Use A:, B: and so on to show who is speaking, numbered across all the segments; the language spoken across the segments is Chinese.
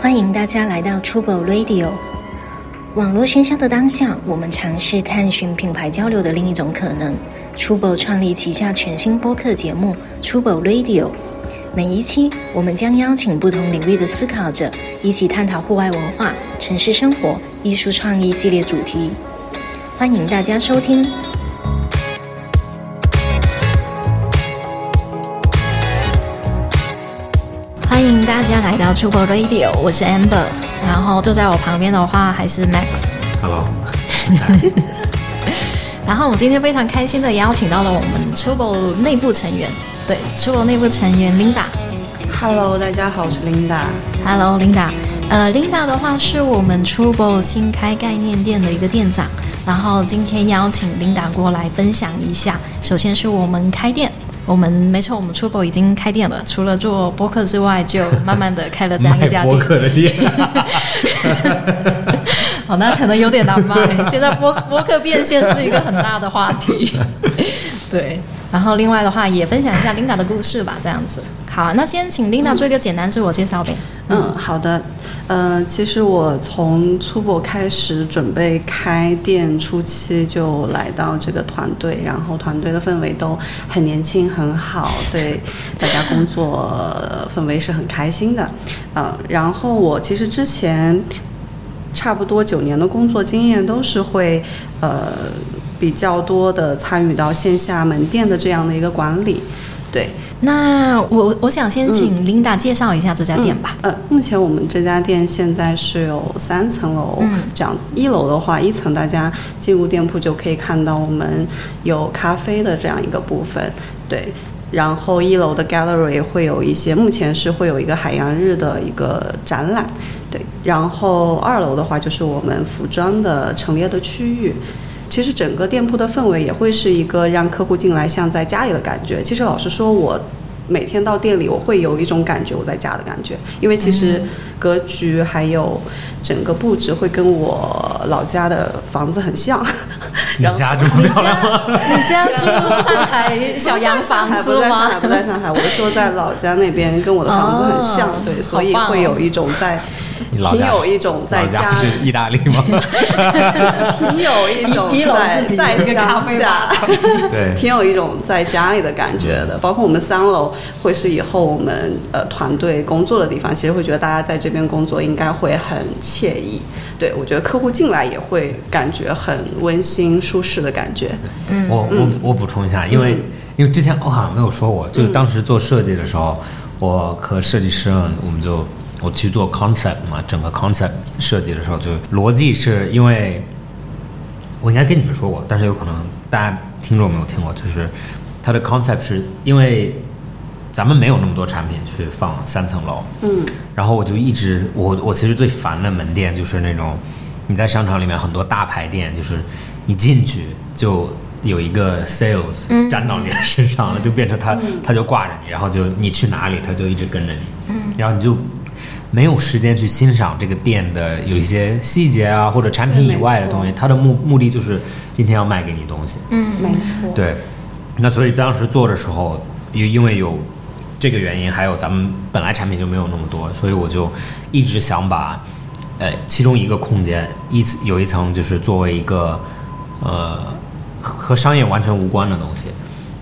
A: 欢迎大家来到 Trouble Radio。网络喧嚣的当下，我们尝试探寻品牌交流的另一种可能。Trouble 创立旗下全新播客节目 Trouble Radio，每一期我们将邀请不同领域的思考者，一起探讨户外文化、城市生活、艺术创意系列主题。欢迎大家收听。欢迎大家来到 Trouble Radio，我是 Amber，然后坐在我旁边的话还是 Max。
B: Hello，
A: 然后我今天非常开心的邀请到了我们 Trouble 内部成员，对 Trouble 内部成员 Linda。
C: Hello，大家好，我是 Linda。
A: Hello Linda，呃，Linda 的话是我们 Trouble 新开概念店的一个店长，然后今天邀请 Linda 过来分享一下。首先是我们开店，我们没错，我们 Trouble 已经开店了，除了做播客之外，就慢慢的开了这样一家
B: 卖播
A: 店。
B: 客的店，
A: 哦，那可能有点难卖。 现在播播客变现是一个很大的话题， 对。然后另外的话，也分享一下 Linda 的故事吧，这样子。好啊，那先请 Linda 做一个简单自我介绍呗。
C: 嗯，好的。呃，其实我从初博开始准备开店初期就来到这个团队，然后团队的氛围都很年轻，很好，对大家工作呃氛围是很开心的。呃，然后我其实之前差不多九年的工作经验都是会呃比较多的参与到线下门店的这样的一个管理，对。
A: 那我我想先
C: 嗯
A: 请 Linda 介绍一下这家店吧。
C: 呃，目前我们这家店现在是有三层楼，
A: 嗯
C: 这样一楼的话，一层大家进入店铺就可以看到我们有咖啡的这样一个部分，对。然后一楼的 gallery 会有一些，目前是会有一个海洋日的一个展览，对。然后二楼的话就是我们服装的陈列的区域，其实整个店铺的氛围也会是一个让客户进来像在家里的感觉。其实老实说，我每天到店里，我会有一种感觉我在家的感觉，因为其实格局还有整个布置会跟我老家的房子很像。
B: 你家住
C: 嗯
A: 你
B: 不了
A: 家
B: 了吗？
A: 你家住上海小洋房是
C: 不在上
A: 吗
C: 海，？不在上海，我是说在老家那边跟我的房子很像，
A: 哦
C: 对，所以
A: 好棒哦
C: 会有一种在，
B: 你老
C: 挺
B: 家
C: 有一种在
B: 老
C: 家
B: 家不，是意大利吗？
C: 挺有一种
A: 一一楼
C: 在
A: 自己
C: 在
A: 有一个咖啡
C: 乡下。
B: 对，
C: 嗯挺有一种在家里的感觉的。包括我们三楼会是以后我们呃团队工作的地方，其实会觉得大家在这边工作应该会很惬意。对我觉得客户进来也会感觉很温馨舒适的感觉。
B: 我我
C: 嗯
B: 我补充一下，因为因为之前我好像没有说过，就是当时做设计的时候，我和设计师我们就我去做 concept 嘛，整个 concept 设计的时候，就逻辑是因为我应该跟你们说过，但是有可能大家听众没有听过，就是它的 concept 是因为咱们没有那么多产品去放三层楼，嗯，然后我就一直我我其实最烦的门店就是那种你在商场里面很多大牌店，就是你进去就有一个 sales 粘到你的身上了，就变成他他就挂着你，然后就你去哪里他就一直跟着你，嗯，然后你就。没有时间去欣赏这个店的有一些细节啊，或者产品以外的东西，它的目目的就是今天要卖给你东西。
C: 嗯，没错。
B: 对，那所以当时做的时候，因因为有这个原因，还有咱们本来产品就没有那么多，所以我就一直想把呃其中一个空间一层有一层就是作为一个呃和和商业完全无关的东西，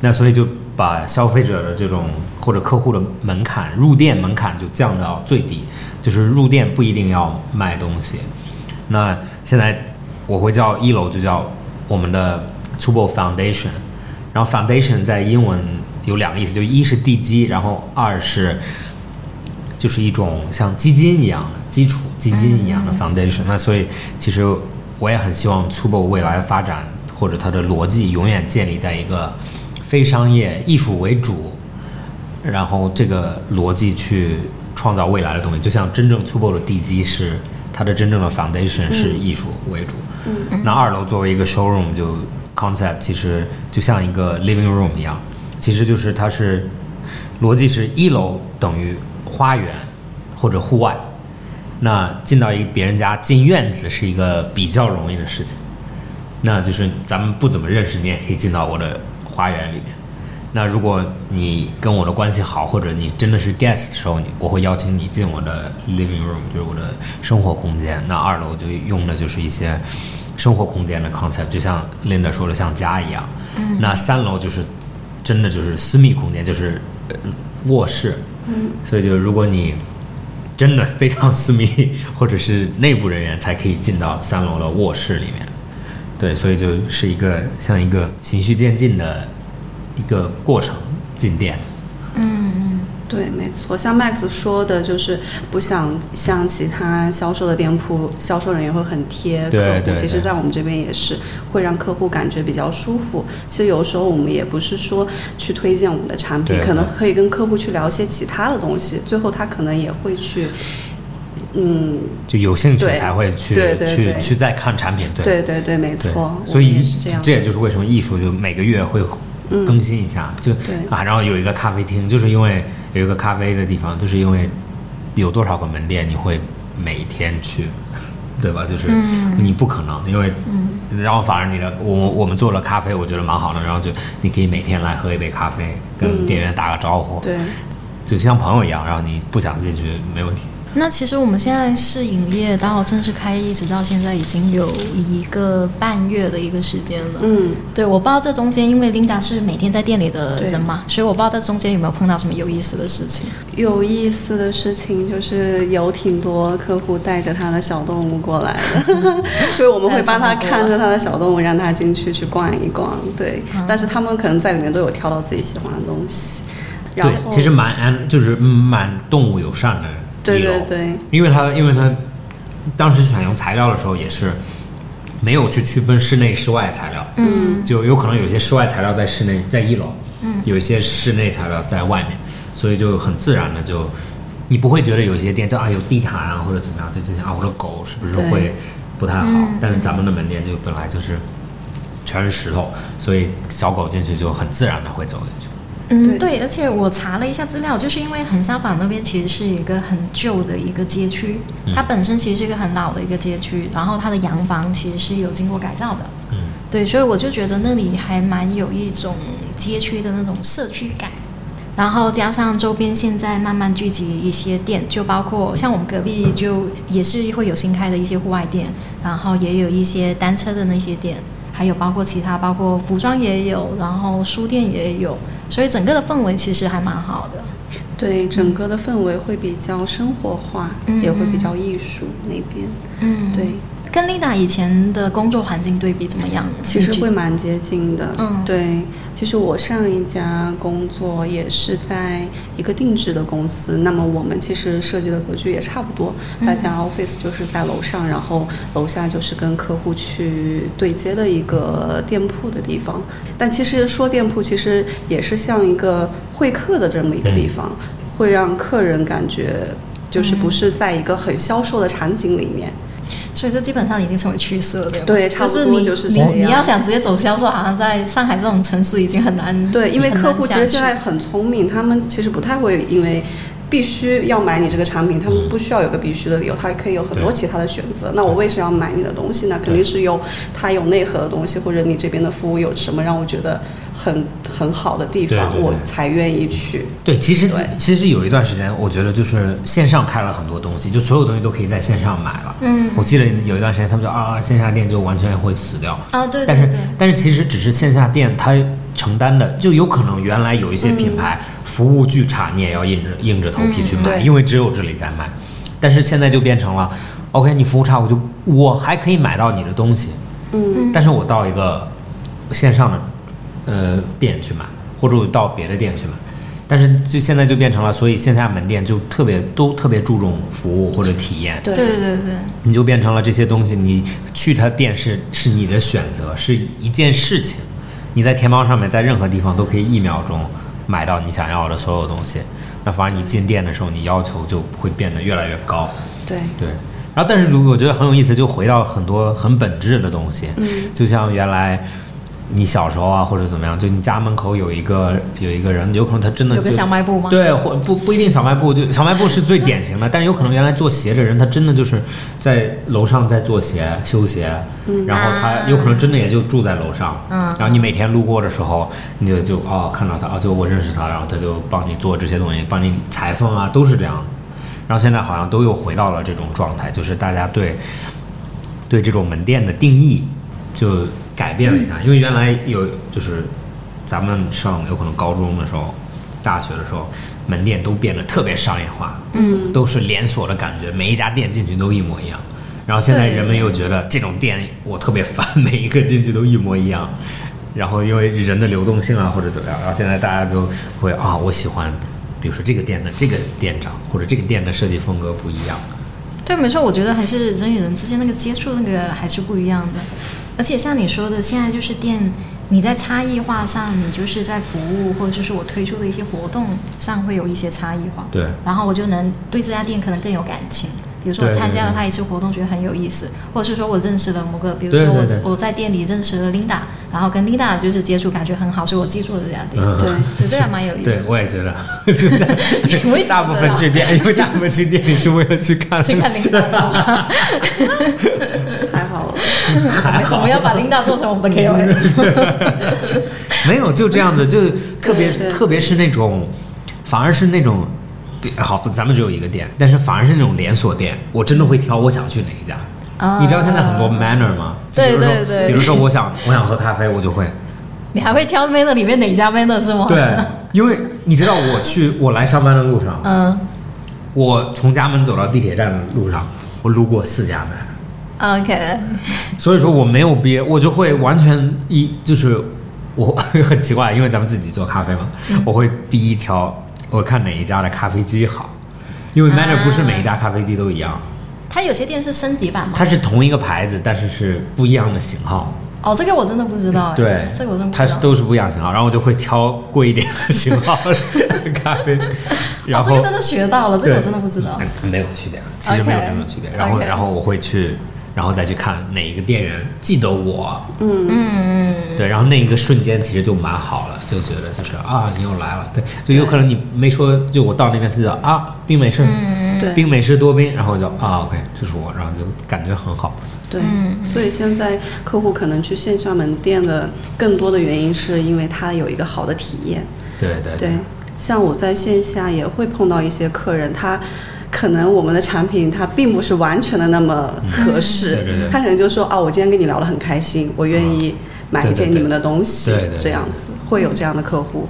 B: 那所以就把消费者的这种或者客户的门槛入店门槛就降到最低，就是入店不一定要卖东西。那现在我会叫一楼就叫我们的 Tubo Foundation，然后 Foundation 在英文有两个意思，就一是地基，然后二是就是一种像基金一样的基础基金一样的 Foundation。那所以其实我也很希望 Tubo 未来的发展或者它的逻辑永远建立在一个非商业艺术为主，然后这个逻辑去创造未来的东西，就像真正 Tubo 的地基是它的真正的 foundation 是艺术为主。那二楼作为一个 showroom 就 concept 其实就像一个 living room 一样，其实就是它是逻辑是一楼等于花园或者户外，那进到一别人家进院子是一个比较容易的事情。那就是咱们不怎么认识，你也可以进到我的花园里面。那如果你跟我的关系好，或者你真的是 guest 的时候，你我会邀请你进我的 living room，就是我的生活空间。那二楼就用的就是一些生活空间的 concept，就像 Linda 说的，像家一样。嗯、那三楼就是真的就是私密空间，就是呃卧室。嗯，所以就如果你真的非常私密，或者是内部人员才可以进到三楼的卧室里面。对，所以就是一个像一个循序渐进的一个过程进店。
C: 对，没错，像 Max 说的，就是不想像其他销售的店铺，销售人员会很贴客户。
B: 对对
C: 其实，
B: 对
C: 在我们这边也是会让客户感觉比较舒服。其实有时候我们也不是说去推荐我们的产品，
B: 对
C: 可能可以跟客户去聊一些其他的东西，最后他可能也会去，嗯，
B: 就有兴趣
C: 对
B: 才会去
C: 对对
B: 去
C: 对
B: 去再看产品，对
C: 对对对，没
B: 对
C: 错，我
B: 所
C: 们
B: 以
C: 也是这样。嗯
B: 也就是为什么艺术就每个月会更新一下，就
C: 对
B: 啊，然后有一个咖啡厅，就是因为有一个咖啡的地方，就是因为有多少个门店，你会每天去，对吧？就是
C: 嗯
B: 你不可能，因为然后反而你的我我们做了咖啡，我觉得蛮好的，然后就你可以每天来喝一杯咖啡，跟店员打个招呼，
C: 嗯
B: 就
C: 对，
B: 像朋友一样，然后你不想进去没问题。
A: 那其实我们现在试营业到正式开业，一直到现在已经有一个半月的一个时间了。
C: 嗯，
A: 对，我不知道这中间，因为 Linda 是每天在店里的
C: 对
A: 人嘛，所以我不知道这中间有没有碰到什么有意思的事情。
C: 有意思的事情就是有挺多客户带着他的小动物过来 的，所以我们会帮他看着他的小动物，让他进去去逛一逛。对，
A: 嗯
C: 但是他们可能在里面都有挑到自己喜欢的东西。然
B: 对
C: 后，
B: 其实蛮安，就是蛮动物友善的
C: 对
B: 一楼
C: 对对
B: 因为它因为它当时选用材料的时候也是没有去区分室内室外材料，嗯，就有可能有些室外材料在室内在一楼，嗯，有一些室内材料在外面，所以就很自然的就你不会觉得有一些店就啊有地毯啊或者怎么样，就之前啊我的狗是不是
C: 对
B: 会不太好？但是咱们的门店就本来就是全是石头，所以小狗进去就很自然的会走进去。
A: 嗯，
C: 对
A: 对，而且我查了一下资料，就是因为横沙堡那边其实是一个很旧的一个街区，它本身其实是一个很老的一个街区，然后它的洋房其实是有经过改造的，
B: 嗯，
A: 对，所以我就觉得那里还蛮有一种街区的那种社区感。然后加上周边现在慢慢聚集一些店，就包括像我们隔壁就也是会有新开的一些户外店，然后也有一些单车的那些店，还有包括其他，包括服装也有，然后书店也有，所以整个的氛围其实还蛮好的。
C: 对，整个的氛围会比较生活化，
A: 嗯
C: 也会比较艺术那边。
A: 嗯，
C: 对，
A: 跟 Linda 以前的工作环境对比怎么样呢？
C: 其实会蛮接近的。
A: 嗯
C: 对，其实我上一家工作也是在一个定制的公司，那么我们其实设计的格局也差不多，大家 office 就是在楼上，然后楼下就是跟客户去对接的一个店铺的地方。但其实说店铺，其实也是像一个会客的这么一个地方，会让客人感觉就是不是在一个很销售的场景里面。
A: 所以这基本上已经成为趋势了，对吗？
C: 对差不多
A: 就
C: 就是是
A: 你
C: 这样
A: 你你要想直接走销售，好像在上海这种城市已经很难。
C: 对，因为
A: 嗯很
C: 客
A: 难
C: 户其
A: 下
C: 实
A: 去
C: 现在很聪明，他们其实不太会因为必须要买你这个产品，他们不需要有个必须的理由，他可以有很多
B: 嗯对
C: 其他的选择。那我为什么要买你的东西呢？肯定是有它有内核的东西，或者你这边的服务有什么让我觉得很很好的地方，
B: 对对对
C: 我才愿意去。
B: 对，其实
C: 对
B: 其实有一段时间，我觉得就是线上开了很多东西，就所有东西都可以在线上买了。
A: 嗯
B: 我记得有一段时间，他们说啊，啊线下店就完全会死掉。
A: 啊，对
B: 但
A: 对
B: 是
A: 对，
B: 但是其实只是线下店它承担的，就有可能原来有一些品牌
A: 嗯
B: 服务巨差，你也要硬着硬着头皮去买，
C: 对
B: 因为只有这里在卖。但是现在就变成了，OK，你服务差，我就我还可以买到你的东西，
C: 嗯，
B: 但是我到一个线上的呃店去买，或者我到别的店去买。但是就现在就变成了，所以线下门店就特别都特别注重服务或者体验，
C: 对
A: 对对对，
B: 你就变成了这些东西，你去他店是是你的选择，是一件事情。你在天猫上面，在任何地方都可以一秒钟买到你想要的所有东西。那反而你进店的时候，你要求就会变得越来越高。
C: 对
B: 对。然后，但是如果我觉得很有意思，就回到很多很本质的东西，嗯，就像原来你小时候啊，或者怎么样，就你家门口有一个有一个人，有可能他真的
A: 有个
B: 就
A: 小卖部吗？
B: 对，或不不一定小卖部，就小卖部是最典 型的，但是有可能原来做鞋的人，他真的就是在楼上在做鞋修鞋，然后
A: 啊
B: 他有可能真的也就住在楼上，
A: 嗯
B: 然后你每天路过的时候，你就就哦看到他，哦就我认识他，然后他就帮你做这些东西，帮你裁缝啊，都是这样的。然后现在好像都又回到了这种状态，就是大家对对这种门店的定义就改变了一下，因为原来有就是咱们上有可能高中的时候、大学的时候，门店都变得特别商业化，嗯，都是连锁的感觉，每一家店进去都一模一样。然后现在
A: 对
B: 人们又觉得这种店我特别烦， 每一个进去都一模一样。然后因为人的流动性啊或者怎么样，然后现在大家就会啊，我喜欢，比如说这个店的这个店长或者这个店的设计风格不一样。
A: 对，没错，我觉得还是人与人之间那个接触那个还是不一样的。而且像你说的，现在就是店，你在差异化上，你就是在服务或者就是我推出的一些活动上会有一些差异化。
B: 对
A: 然后我就能对这家店可能更有感情。比如说我
B: 对对
A: 参加了
B: 对
A: 他一次活动，觉得很有意思，或者是说我认识了某个，比如
B: 对
A: 说我
B: 对对
A: 我在店里认识了 Linda，然后跟 Linda 就是接触感觉很好，所以我记住了这家店。
B: 嗯
C: 对
A: 对，这还蛮有意
B: 对
A: 思，。
B: 我也觉得。
A: 你为什么
B: 大部分去店，因为大部分去店里是为了去看。
A: 去看 Linda 是吗？
C: 太好了。
B: 还
A: 我
B: 好
A: 们，要把 Linda 做成我们的 KOL。
B: 没有就这样子，就特别
C: 对对
B: 特别是那种，反而是那种，好，咱们只有一个店，但是反而是那种连锁店，我真的会挑我想去哪一家。
A: 啊
B: 你知道现在很多 manner 吗？就
A: 对
B: 比如说
A: 对对
B: 比如说我想我想喝咖啡，我就会
A: 你还会挑 manner 里面哪家 manner 是吗？
B: 对，因为你知道我去我来上班的路上，
A: 嗯，
B: 我从家门走到地铁站的路上，我路过四家 manner。
A: 嗯，OK，
B: 所以说我没有憋，我就会完全一就是我 很奇怪，因为咱们自己做咖啡嘛，
A: 嗯
B: 我会第一条我看哪一家的咖啡机好，因为
A: 啊嗯
B: Manner 不是每一家咖啡机都一样，
A: 它有些店是升级版嘛？
B: 它是同一个牌子，但是是不一样的型号，
A: 哦，这个我真的不知道哎，
B: 对，
A: 这个我真的不
B: 它
A: 知
B: 是
A: 道。哦
B: 都是不一样的型号，然后我就会挑贵一点的型号的咖啡，然
A: 哦，这
B: 后
A: 个真的学到了，这个我
B: 对
A: 真的不知道。
B: 嗯没有区别，其实没有
A: OK，
B: 真的区别，然后
A: OK
B: 然后我会去，然后再去看哪一个店员记得我，
A: 嗯，
B: 对，然后那一个瞬间其实就蛮好了，就觉得就是啊，你又来了，对，就有可能你没说，就我到那边他就啊，冰美式，
A: 嗯
C: 对
B: 冰美式多冰，然后我就啊，OK，这是我，然后就感觉很好，
C: 对，
A: 嗯
C: 所以现在客户可能去线下门店的更多的原因是因为它有一个好的体验。
B: 对对
C: 对，像我在线下也会碰到一些客人，他。可能我们的产品它并不是完全的那么合适，
B: 对对对啊
C: 他可能就说啊，我今天跟你聊得很开心，我愿意买一
B: 对对
C: 件
B: 对
C: 你们的东西，
B: 对对对
C: 这样子会有这样的客户，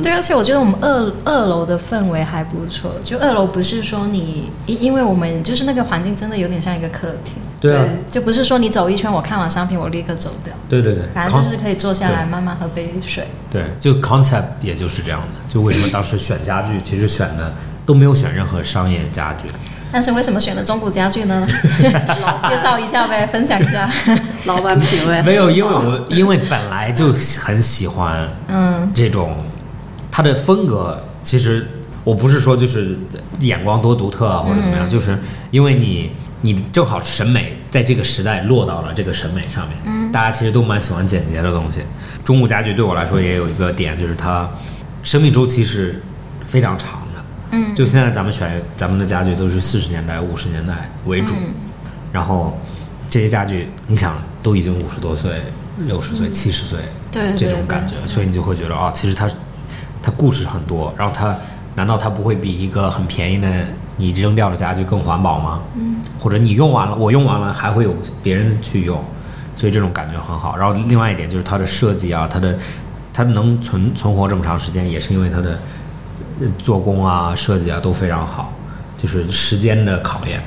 A: 对，而且我觉得我们二二楼的氛围还不错，就二楼不是说你，因因为我们就是那个环境真的有点像一个客厅，
B: 对啊，
A: 就不是说你走一圈，我看完商品我立刻走掉，
B: 对对对
A: 反正就是
B: ，con
A: 可以坐下来
B: 对
A: 慢慢喝杯水。
B: 对，就 concept 也就是这样的，就为什么当时选家具，其实选的都没有选任何商业家具，
A: 但是为什么选了中古家具 呢？ 介绍一下呗，分享一下。
C: 老板品 味
B: 没有，因为我因为本来就很喜欢
A: 嗯，
B: 这种，它的风格其实我不是说就是眼光多独特啊或者怎么样，就是因为你你正好审美在这个时代落到了这个审美上面，大家其实都蛮喜欢简洁的东西。中古家具对我来说也有一个点，就是它生命周期是非常长的。嗯，就现在咱们选咱们的家具都是四十年代、五十年代为主，
A: 嗯
B: 然后这些家具，你想都已经五十多岁、六十岁、七十岁，
A: 嗯对对
B: 这种感觉，所以你就会觉得啊，其实它它故事很多，然后它难道它不会比一个很便宜的你扔掉的家具更环保吗？嗯，或者你用完了，我用完了还会有别人去用，所以这种感觉很好。然后另外一点就是它的设计啊，它的它能存存活这么长时间，也是因为它的呃做工啊、设计啊都非常好，就是时间的考验。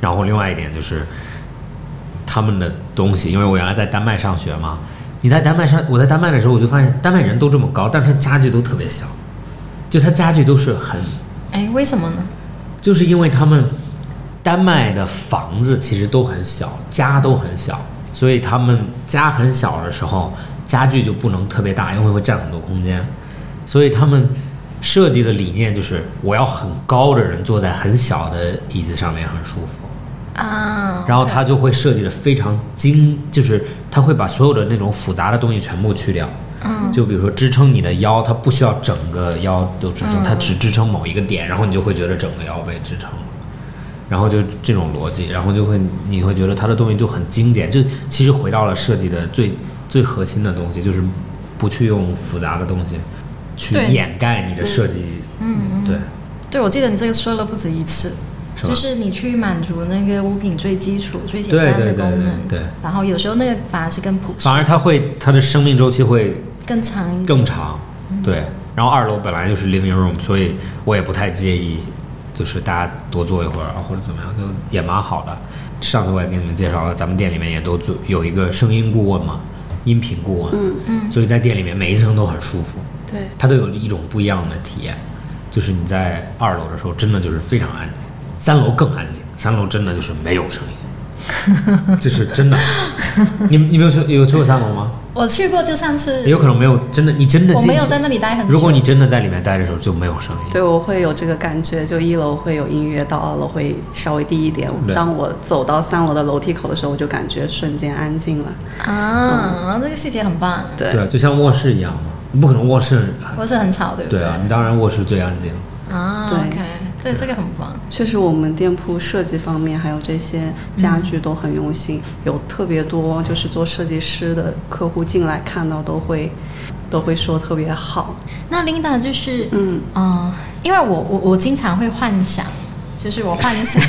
B: 然后另外一点就是，他们的东西，因为我原来在丹麦上学嘛。你在丹麦上，我在丹麦的时候，我就发现丹麦人都这么高，但是他家具都特别小，就他家具都是很，
A: 哎，为什么呢？
B: 就是因为他们丹麦的房子其实都很小，家都很小，所以他们家很小的时候，家具就不能特别大，因为会占很多空间，所以他们设计的理念就是我要很高的人坐在很小的椅子上面很舒服，
A: 啊，
B: 然后它就会设计的非常精，就是它会把所有的那种复杂的东西全部去掉。嗯，就比如说支撑你的腰，它不需要整个腰都支撑，它只支撑某一个点，然后你就会觉得整个腰被支撑了。然后就这种逻辑，然后就会你会觉得它的东西就很精简。就其实回到了设计的最最核心的东西，就是不去用复杂的东西去
A: 对
B: 掩盖你的设计。嗯，对，
A: 对，我记得你这个说了不止一次，
B: 是吧
A: 就是你去满足那个物品最基础、最简
B: 对
A: 单
B: 对
A: 的
B: 对
A: 功
B: 对
A: 能，
B: 对。
A: 然后有时候那个反而是更朴素
B: 反、而它会它的生命周期会
A: 更长一点。
B: 更长，
A: 嗯
B: 对。然后二楼本来就是 living room，所以我也不太介意，就是大家多坐一会儿啊，或者怎么样，就也蛮好的。上次我也给你们介绍了，咱们店里面也都做有一个声音顾问嘛，音频顾问，嗯嗯，所以在店里面每一层都很舒服，
C: 对，
B: 它都有一种不一样的体验，就是你在二楼的时候真的就是非常安静，三楼更安静，三楼真的就是没有声音，这是真 的。你你们有去有去过三楼吗？
A: 我去过，就上次
B: 也有可能没有真的，你真的
A: 嗯我
B: 哎进
A: 没有
B: 去
A: 在那里待很久。
B: 如果你真的在里面待着的时候就没有声音，
C: 对，我会有这个感觉，就一楼会有音乐，到二楼会稍微低一点
B: 对。
C: 当我走到三楼的楼梯口的时候，我就感觉瞬间安静了。
A: 啊，这个细节很棒，
C: 对
B: 就像卧室一样嘛，你不可能卧室，
A: 我是很吵，对不
B: 对啊，你当然卧室最安 静，
A: 啊
C: 对
A: ，OK，对，这个很棒。
C: 确实，我们店铺设计方面还有这些家
A: 嗯
C: 具都很用心，有特别多就是做设计师的客户进来看到都会都会说特别好。
A: 那 Linda 就是，
C: 嗯
A: 嗯，因为我我我经常会幻想，就是我幻 想，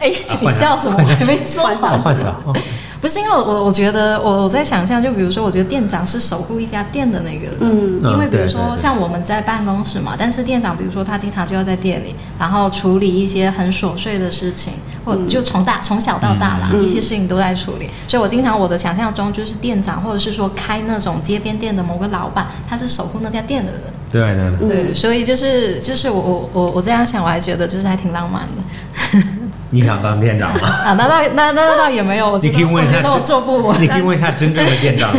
A: 哎，
B: 啊
A: 你
B: 幻
A: 笑
B: 想
A: 什么？我还没说
C: 幻
A: 完
B: 啊，。幻想
A: 哦
B: 啊，
A: 不是因为我我我觉得我我在想象，就比如说，我觉得店长是守护一家店的那个人。
C: 嗯，
B: 嗯
A: 因为比
B: 对
A: 如
B: 对
A: 说
B: 对
A: 像我们在办公室嘛，但是店长比如说他经常就要在店里，然后处理一些很琐碎的事情，或就从大从小到大啦，一些事情都在处理。所以我经常我的想象中就是店长，或者是说开那种街边店的某个老板，他是守护那家店的人。
B: 对对对，
A: 对，所以就是就是我我我我这样想，我还觉得就是还挺浪漫的。
B: 你想当店长吗？
A: 啊，那倒那那那倒也没有， 我觉
B: 你
A: 得
B: 可以问一下
A: 我觉得我做不完。
B: 你可以问一下真正的店长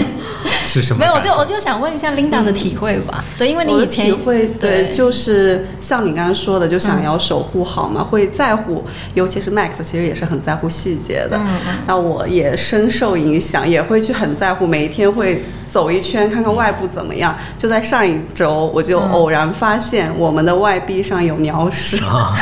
B: 是什 么
A: 没有，我
B: 感
A: 就
B: 受？嗯
A: 我就想问一下 Linda 的体会吧。对，因为
C: 我
A: 你
C: 的
A: 以前
C: 体会对，
A: 对嗯
C: 就是像你刚刚说的，就想要守护好嘛，会在乎，尤其是 Max 其实也是很在乎细节
A: 嗯
C: 的。那我也深受影响，也会去很在乎，每一天会走一圈看看外部怎么样。就在上一周，我就
A: 嗯
C: 偶然发现我们的外壁上有鸟屎。
B: 啊，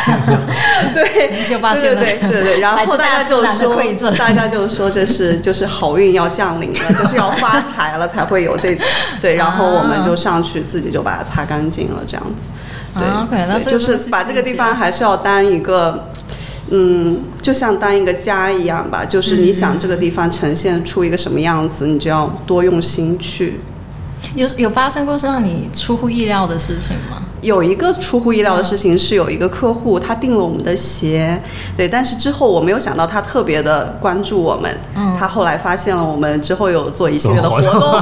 C: 对，
A: 你就发现了
C: 对对对对，然
A: 来自
C: 后大家
A: 大自
C: 就
A: 然的
C: 说
A: 馈赠，
C: 大家就说这是就是好运要降临了，就是要发财了才会有这种，对，然后我们就上去自己就把它擦干净了，这样子，对，
A: 啊，OK，那
C: 对
A: 这个
C: 就
A: 真的
C: 是
A: 是
C: 把
A: 细
C: 这个地
A: 节
C: 方还是要当一个。嗯，就像当一个家一样吧，就是你
A: 嗯
C: 想这个地方呈现出一个什么样子，你就要多用心去
A: 有有发生过是让你出乎意料的事情吗？
C: 有一个出乎意料的事情是，有一个客户他订了我们的鞋，对，但是之后我没有想到他特别的关注我们，
A: 嗯
C: 他后来发现了我们之后有做 一系列的活动，
B: 做活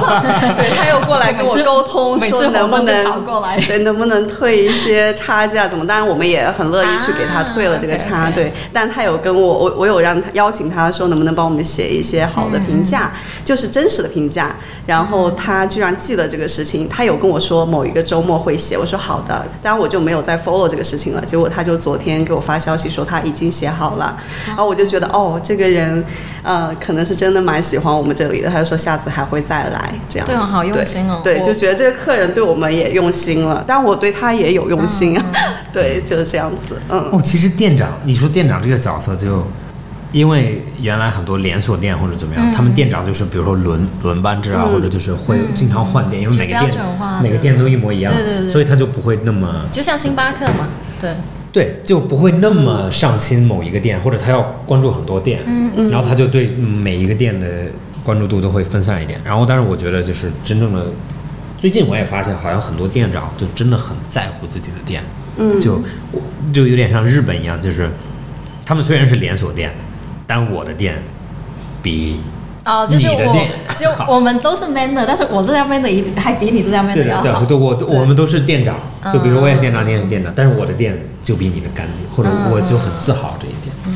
C: 对他又过来跟我沟通
A: 每次
C: 说能不
A: 每次活动就跑
C: 能
A: 过来
C: 对能不能退一些差价怎么？当然我们也很乐意去给他退了这个差，
A: 啊，OK，OK
C: 对，但他有跟我我我有让他邀请他说能不能帮我们写一些好的评价，
A: 嗯
C: 就是真实的评价，然后他居然记得这个事情，他有跟我说某一个周末会写，我说好的，当然我就没有再 follow 这个事情了。结果他就昨天给我发消息说他已经写好
A: 嗯
C: 了，然后我就觉得哦，这个人呃可能是真的蛮喜欢我们这里的，他就说下次还会再来这样子。
A: 对哦好用心哦
C: 对，
A: 我
C: 对就觉得这个客人对我们也用心了，但我对他也有用心，啊
A: 嗯
C: 对，就是这样子，嗯
B: 哦，其实店长，你说店长这个角色就，因为原来很多连锁店或者怎么
A: 嗯
B: 样，他们店长就是比如说轮轮班制啊，或者就是会经常换店，因为
A: 就
B: 每
A: 嗯
B: 个
A: 标
B: 店
A: 准化
B: 每个
A: 的
B: 店都一模一样，
A: 对对对
B: 所以他就不会那么。
A: 就像星巴克嘛，对，
B: 对，就不会那么上心某一个店，或者他要关注很多店，嗯嗯，然后他就对每一个店的关注度都会分散一点。然后，但是我觉得就是真正的，最近我也发现，好像很多店长就真的很在乎自己的店，嗯，就我就有点像日本一样，就是他们虽然是连锁店，但我的店比
A: 哦，就是
B: 你的
A: 我
B: 店
A: 就
B: 好
A: 我们都是 man 的，但是我这家 man 的一定还比你这嗯家 man
B: 对
A: 的
B: 的
A: 要
B: 对
A: 好
B: 的，。对我我们都是店长，就比如我也是店长，你也是店长，但是我的店就比你的干净，或者
A: 嗯
B: 我就很自豪这一点。嗯，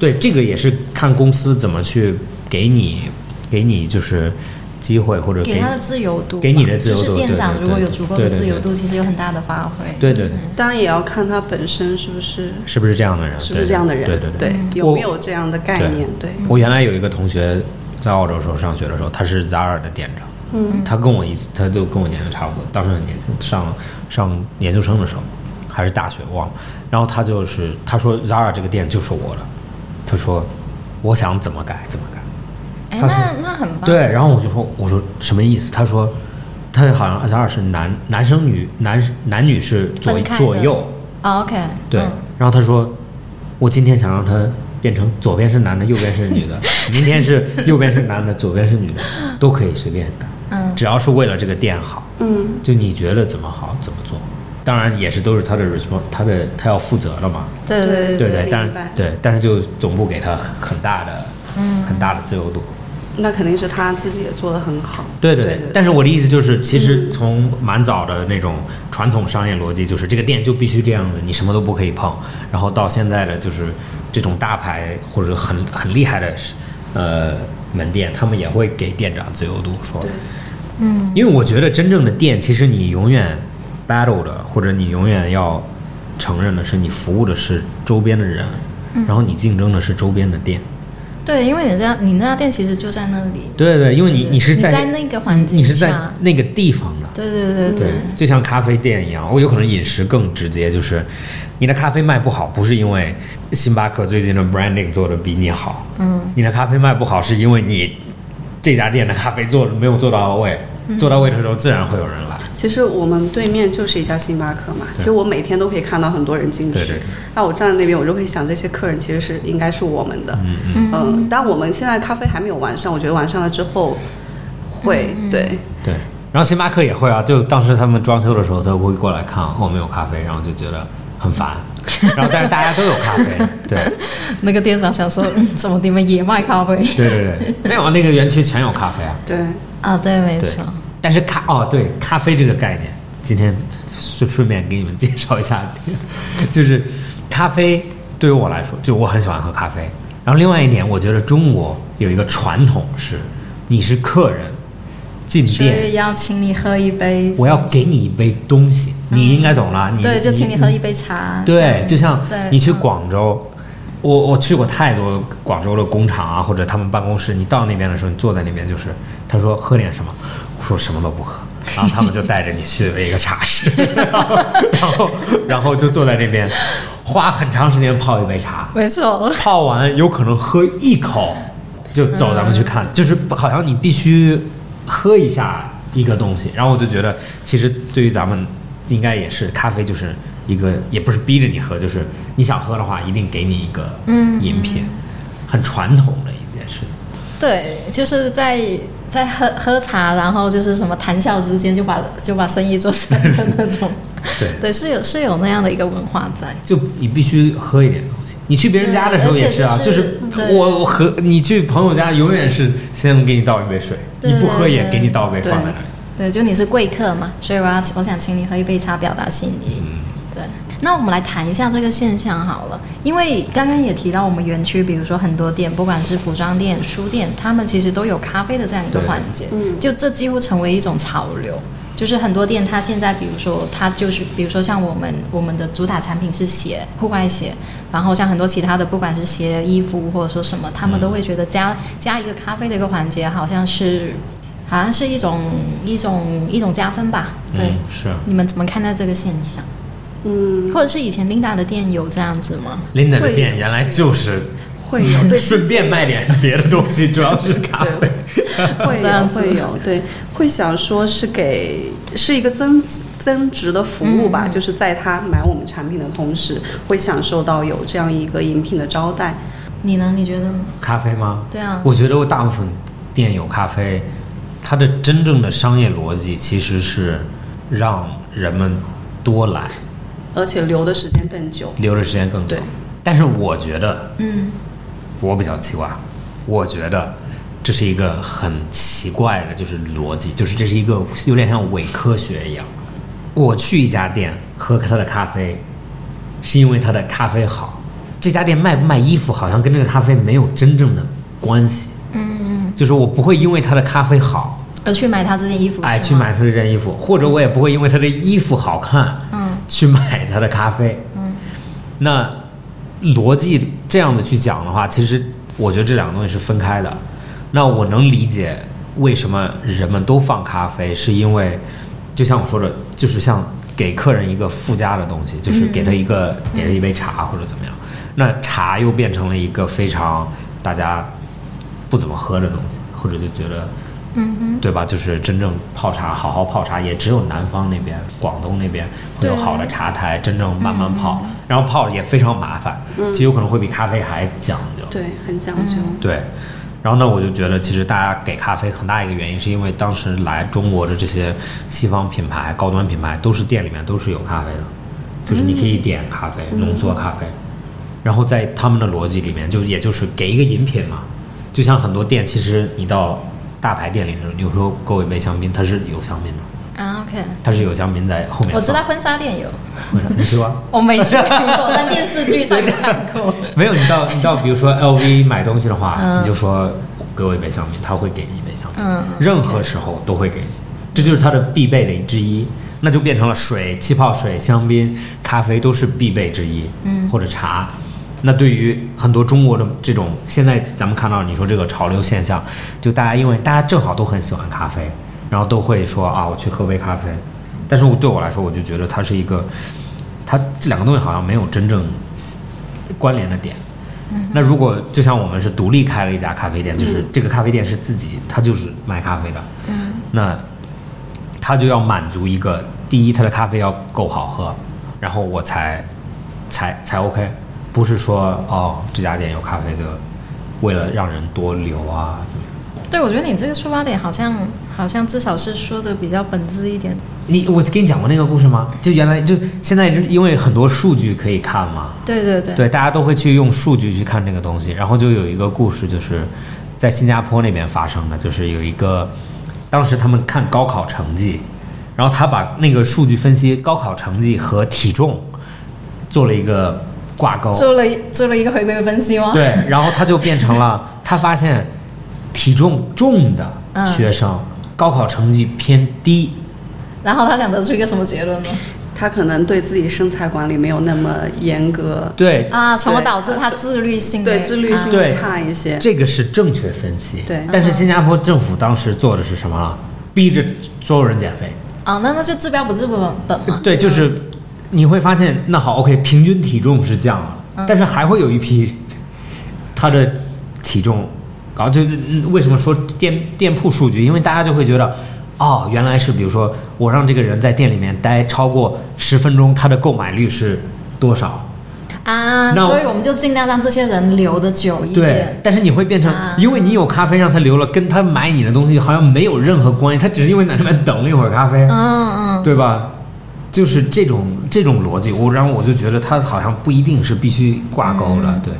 B: 对，这个也是看公司怎么去给你给你就是机会，或者
A: 给
B: 给
A: 他的自由度吧，
B: 给你的自由
A: 就
B: 度
A: 是店长
B: 对对
A: 如果有
B: 对
A: 足够
B: 对
A: 的
B: 对
A: 自由
B: 对
A: 度，其实有很大的发挥。
B: 对对
A: 嗯
B: 对，
C: 当然也要看他本身是不是
B: 是不是这样的人？
C: 是不
B: 对
C: 是这样的人，
B: 对对对。
C: 有没有这样的概
B: 对
C: 念？对，
B: 我原来有一个同学，在澳洲时候上学的时候，他是 Zara 的店长，嗯，他跟我一起，他就跟我年龄差不多，当时很年轻，上上研究生的时候还是大学忘了。然后他就是他说 Zara 这个店就是我的，他说我想怎么改怎么改，
A: 哎，
B: 他是
A: 那那很棒。
B: 对，然后我就说我说什么意思？他说他好像 Zara 是男男生女男男女是左
A: 分开的
B: 左右，
A: 啊，OK，
B: 对，
A: 嗯
B: 然后他说，我今天想让他变成左边是男的，右边是女的，明天是右边是男的，左边是女的，都可以随便改，
A: 嗯
B: 只要是为了这个店好，
C: 嗯，
B: 就你觉得怎么好怎么做。当然也是都是他的 respons，他的他要负责了嘛，
A: 对对
C: 对
B: 对不对
C: 明？
B: 但是
C: 白
B: 对，但是就总部给他很大的，嗯，很大的自由度。
C: 那肯定是他自己也做得很好。
B: 对对
C: 对
B: 对，但是我的意思就是，其实从蛮早的那种传统商业逻辑，就是这个店就必须这样子，你什么都不可以碰。然后到现在的就是这种大牌或者很很厉害的呃门店，他们也会给店长自由度，说，嗯，因为我觉得真正的店，其实你永远 battle 的，或者你永远要承认的是，你服务的是周边的人，然后你竞争的是周边的店。
A: 对，因为你这样，你那家店其实就在那里，
B: 对对，因为你
A: 对
B: 你是
A: 你
B: 在
A: 在那个环境
B: 你是在
A: 下
B: 那个地方的。
A: 对对对
B: 对，就像咖啡店一样，我有可能饮食更直接，就是你的咖啡卖不好，不是因为星巴克最近的 branding 做的比你好，嗯，你的咖啡卖不好是因为你这家店的咖啡做的没有做到位，做到位的时候自然会有人来，
C: 其实我们对面就是一家星巴克嘛，其实我每天都可以看到很多人进去。
B: 对对对
C: 那我站在那边，我就会想，这些客人其实是应该是我们的。嗯嗯。但我们现在咖啡还没有完善，我觉得完善了之后会、对。
B: 对。然后星巴克也会啊，就当时他们装修的时候，他会过来看哦没有咖啡，然后就觉得很烦，然后但是大家都有咖啡，对
A: 那个店长想说，嗯，怎么你们也卖咖啡？
B: 对对对，没有啊那个园区全有咖啡啊，
C: 对，
A: 啊，对，没
B: 对
A: 错，
B: 但是咖哦，对，咖啡这个概念，今天顺顺便给你们介绍一下， 就是咖啡对于我来说，就我很喜欢喝咖啡。然后另外一点，我觉得中国有一个传统是，你是客人进
A: 所
B: 店，
A: 以要请你喝一杯，
B: 我要给你一杯东西，你应该懂了。你
A: 嗯对，就请你喝一
B: 杯。
A: 杯茶，
B: 对，就像
A: 啊在
B: 你去
A: 嗯
B: 广州，我我去过太多广州的工厂啊，或者他们办公室，你到那边的时候，你坐在那边就是，他说喝点什么，我说什么都不喝，然后他们就带着你去了一个茶室， 然后然后然后就坐在那边，花很长时间泡一杯茶，
A: 没错，
B: 泡完有可能喝一口就走，咱们去
A: 嗯
B: 看，就是好像你必须喝一下一个东西。然后我就觉得，其实对于咱们应该也是，咖啡就是一个也不是逼着你喝，就是你想喝的话，一定给你一个
A: 嗯
B: 饮品，很传统的一件事情。
A: 对，就是在在喝喝茶，然后就是什么谈笑之间就把就把生意做成的那 种，
B: 对，
A: 对，是有是有那样的一个文化在。
B: 就你必须喝一点东西。你去别人家的时候
A: 对
B: 也是啊，
A: 而且
B: 就
A: 就是是嗯对
B: 我我喝，你去朋友家永远是先给你倒一杯水，
A: 对
B: 你不喝也
A: 对
B: 给你倒杯放在那里。
A: 对，就你是贵客嘛，所以我要我想请你喝一杯茶表达心意。对，那我们来谈一下这个现象好了，因为刚刚也提到我们园区，比如说很多店，不管是服装店、书店，他们其实都有咖啡的这样一个
B: 对
A: 环节，就这几乎成为一种潮流。就是很多店，它现在比如说，它就是比如说像我们我们的主打产品是鞋，户外鞋，然后像很多其他的，不管是鞋、衣服或者说什么，他
B: 嗯
A: 们都会觉得加、加一个咖啡的一个环节，好像是好像是一种一种一种加分吧。对，
B: 嗯，是。
A: 你们怎么看待这个现象？
C: 嗯，
A: 或者是以前 Linda 的店有这样子吗？
B: Linda 的
C: 会
B: 店原来就是
C: 会 有对
B: 顺便卖点别的东西，主要是咖 啡。
C: 会
A: 这样
C: 有
A: 子
C: 会有，对，会想说是给是一个增增值的服务
A: 嗯
C: 吧，就是在他买我们产品的同时，会享受到有这样一个饮品的招待。
A: 你呢？你觉得呢？
B: 咖啡吗？
A: 对啊，
B: 我觉得我大部分店有咖啡，它的真正的商业逻辑其实是让人们多来，
C: 而且留的时间更久，
B: 留的时间更久
C: 对。
B: 但是我觉得
A: 嗯，
B: 我比较奇怪，我觉得这是一个很奇怪的，就是逻辑，就是这是一个有点像伪科学一样。我去一家店喝他的咖啡，是因为他的咖啡好。这家店卖不卖衣服，好像跟
C: 嗯
B: 这个咖啡没有真正的关系。嗯嗯，就是我不会因为他的咖啡好
A: 而去买他这件衣服，
B: 哎，
A: 是
B: 去
A: 吗
B: 买他这件衣服，或者我也不会因为他的衣服好看，
A: 嗯，
B: 去买他的咖啡。嗯，那逻辑这样子去讲的话，其实我觉得这两个东西是分开的。那我能理解为什么人们都放咖啡，是因为就像我说的，就是像给客人一个附加的东西，就是给
A: 嗯
B: 他一个、给他一杯茶或者怎么样。那茶又变成了一个非常大家不怎么喝的东西，或者就觉得
A: 嗯哼，
B: 对吧？就是真正泡茶，好好泡茶，也只有南方那边、广东那边会有
A: 对嗯
B: 好的茶台，真正慢慢泡，然后泡也非常麻烦，其实有可能会比咖啡还讲究。
C: 对，很讲究。
A: 嗯
B: 对，然后呢，我就觉得其实大家给咖啡很大一个原因，是因为当时来中国的这些西方品牌、高端品牌，都是店里面都是有咖啡的，就是你
A: 嗯
B: 可以点咖啡，浓缩咖啡，然后在他们的逻辑里面，就也就是给一个饮品嘛，就像很多店，其实你到大牌店里的时候，有时候给我一杯香槟，它是有香槟的，
A: 啊，OK，
B: 它是有香槟在后面
A: 我
B: 放。
A: 知道婚纱店有，
B: 为啥，你去 过？
A: 我没去 过，但电视剧上看过。
B: 没有，你到你到，比如说 LV 买东西的话，你就说给我一杯香槟，他会给你一杯香槟，
A: 嗯
B: 任何时候都会给你，这就是它的必备的之一。那就变成了水、气泡水、香槟、咖啡都是必备之一，嗯，或者茶。那对于很多中国的这种，现在咱们看到你说这个潮流现象，就大家因为大家正好都很喜欢咖啡，然后都会说啊，我去喝杯咖啡。但是我对我来说，我就觉得它是一个，它这两个东西好像没有真正关联的点。那如果就像我们是独立开了一家咖啡店，就是这个咖啡店是自己，他就是卖咖啡的，那他就要满足一个第一，他的咖啡要够好喝，然后我才才才 OK，不是说哦这家店有咖啡就为了让人多留啊怎么样？
A: 对，我觉得你这个出发点好像好像至少是说的比较本质一点。
B: 你我跟你讲过那个故事吗？就原来就现在就因为很多数据可以看嘛，
A: 对对对，
B: 对，大家都会去用数据去看这个东西。然后就有一个故事，就是在新加坡那边发生的，就是有一个当时他们看高考成绩，然后他把那个数据分析高考成绩和体重做了一个挂钩，
A: 做了一做了一个回归分析吗？
B: 哦对，然后他就变成了，他发现体重重的学生、高考成绩偏低，
A: 然后他想得出一个什么结论呢？
C: 他可能对自己身材管理没有那么严格，
B: 对，
A: 啊，从而导致他自律性
C: 对
A: 的
C: 自律性
A: 啊
B: 对
C: 差一些。
B: 这个是正确分析。
C: 对
B: 但是新加坡政府当时做的是什么啊？逼着所有人减肥。
A: 啊，那那就治标不治本本嘛。
B: 对，就是你会发现，那好，OK，平均体重是降了，
A: 嗯
B: 但是还会有一批他的体重，然后就是嗯为什么说店店铺数据？因为大家就会觉得，哦，原来是比如说我让这个人在店里面待超过十分钟，他的购买率是多少？
A: 啊，
B: 那我
A: 所以我们就尽量让这些人留的久一
B: 对
A: 点。，
B: 但是你会变成
A: 啊，
B: 因为你有咖啡让他留了，跟他买你的东西好像没有任何关系，他只是因为在那边等了一会儿咖啡。
A: 嗯嗯，
B: 对吧？就是这种这种逻辑，我然后我就觉得它好像不一定是必须挂钩
A: 嗯
B: 的，对。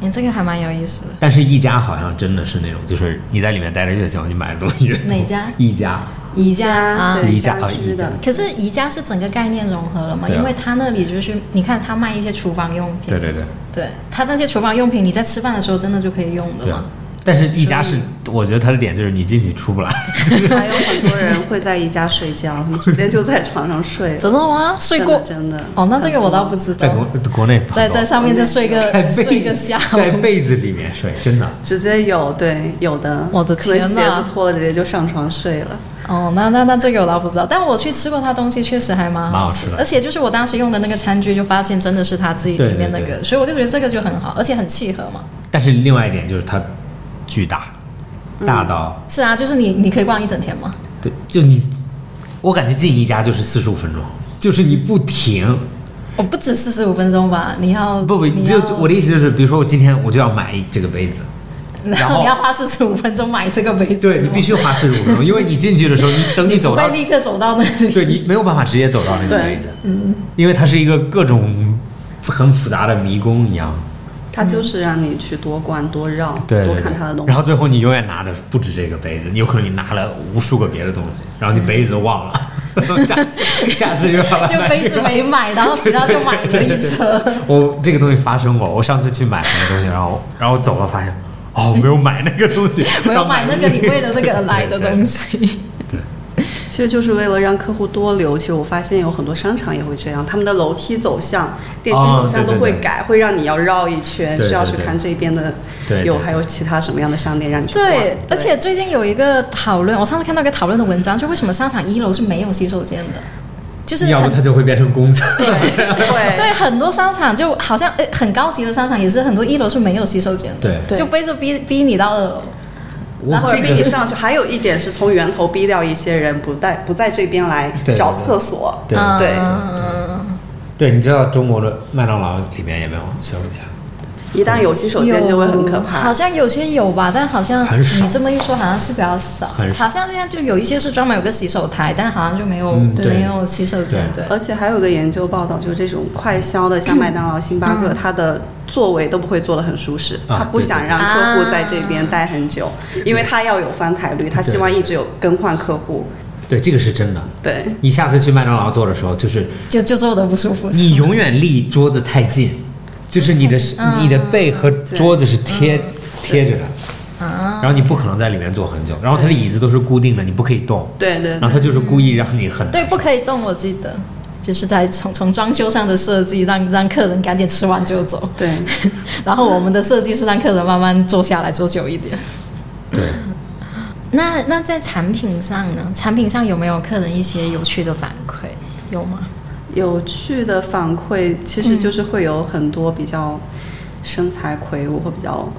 A: 你这个还蛮有意思的。
B: 但是一家好像真的是那种，就是你在里面待的越久，你买的东西越多
A: 哪家
B: 一家，
A: 宜
C: 宜
A: 家啊，
C: 对
B: 宜家
C: 家居
B: 啊
C: 的
B: 宜，
A: 可是宜家是整个概念融合了嘛？
B: 对啊
A: 因为他那里就是你看他卖一些厨房用品，
B: 对对对
A: 对他那些厨房用品，你在吃饭的时候真的就可以用的
B: 对
A: 嘛。。。
B: 但是一家是，我觉得它的点就是你进去出不来，
C: 还有很多人会在宜家睡觉，你直接就在床上睡
A: 真的吗？ 睡
C: 真
A: 过
C: 的？真的
A: 哦，那这个我倒不知
B: 在
A: 道。
B: 国国内
A: 在在上面就睡个
B: 在
A: 睡
B: 被
A: 个
B: 子
A: 下
B: 在
A: 午。
B: 被子里面睡，真的。
C: 直接有对有的，
A: 我的
C: 可能
A: 天
C: 鞋
A: 呐
C: 子脱了直接就上床睡了。
A: 哦，那那那这个我倒不知道，但我去吃过他东西，确实还蛮
B: 蛮好
A: 吃
B: 吃的
A: 而且就是我当时用的那个餐具，就发现真的是他自己
B: 对
A: 里面那
B: 对
A: 个，
B: 对
A: 所以我就觉得这个就很好，而且很契合嘛。
B: 但是另外一点就是它巨大，大到
A: 是啊，就是你你可以逛一整天嘛。
B: 对，就你，我感觉进一家就是四十五分钟，就是你不停，
A: 我不止四十五分钟吧，你要
B: 不不，
A: 你
B: 就
A: 要
B: 就我的意思就是，比如说我今天我就要买这个杯子，
A: 然
B: 然后
A: 后你要花四十五分钟买这个杯子，
B: 对你必
A: 须
B: 须花四十五分钟，因为你进去的时候， 你等你
A: 你不
B: 走
A: 会
B: 到，
A: 立刻走到那里。
B: 对你没有办法直接走到那个
C: 对
B: 杯子，嗯，因为它是一个各种很复杂的迷宫一样，
C: 它就是让你去多逛多绕，
B: 对对
C: 多看
B: 对
C: 它的东西。
B: 然后最后你永远拿的不止这个杯子，你有可能你拿了无数个别的东西，然后你杯子都忘了， 下次下次又 要
A: 就
B: 买
A: 杯子没买，然后其他就买了一车。，
B: 我这个东西发生过，我上次去买什么东西，然后然后走了发现，哦，我没有买那个东 西
A: 没有买那个你为了 这个而来的东
B: 西。
A: 西。
C: 其实就是为了让客户多留。其实我发现有很多商场也会这样，他们的楼梯走向、电梯走向
B: 哦对
C: 都
B: 对
C: 会
B: 对
C: 改，会让你要绕一圈，
B: 对
C: 需要
B: 对
C: 去
B: 对
C: 看这边的
B: 对对
C: 有
B: 对
C: 还有其他什么样的商店让你去逛。
A: 对，而且最近有一个讨论，我上次看到一个讨论的文章，就为什么商场一楼是没有洗手间的，就是
B: 要不
A: 很
B: 它就会变成 工厂。
C: 对
A: 对很多商场就好像呃很高级的商场也是很多一楼是没有洗手间的，
B: 对，
C: 对
A: 就非是逼逼你到二楼。
B: 哇
C: 或者
B: 这
C: 逼你
B: 个
C: 上去，还有一点是从源头逼掉一些人不在不在这边来
B: 对对
C: 找
B: 对
C: 厕所。
B: 对
A: 嗯
C: 对
B: 对，你知道中国的麦当劳里面也没有洗手间，
C: 一旦有洗手间就会很可
A: 有
C: 怕
A: 好。像有些有吧，但好像
B: 很少
A: 你这么一说，好像是比较少。
B: 很少
A: 好像现在就有一些是专门有个洗手台，但好像就没有、
B: 嗯对
A: 没有洗手间。对，
C: 而且还有个研究报道，就是这种快消的，像麦当劳、星巴克，它的座位都不会坐得很舒适，
B: 嗯啊
C: 他不想让客户在这边待很久，因为他要有翻台率，他希望一直有更换客户。
B: 对，这个是真的。
C: 对，
B: 你下次去麦当劳做的时候，就是
A: 就就坐的不舒服。
B: 你永远离桌子太近，就是你的
A: 嗯
B: 你的背和桌子是贴贴着的，
A: 啊，
B: 然后你不可能在里面坐很久，然后它的椅子都是固定的，你不可以动，
C: 对对
B: 然后它就是故意让你很
A: 对，不可以动，我记得。就是在从从装修上的设计，让让客人赶紧吃完就走。
C: 对，
B: 啊
A: 然后我们的设计是让客人慢慢坐下来坐久一点。
B: 对。
A: 那那在产品上呢？产品上有没有客人一些有趣的反馈？有吗？
C: 有趣的反馈其实就是会有很多比较。身材魁梧或比较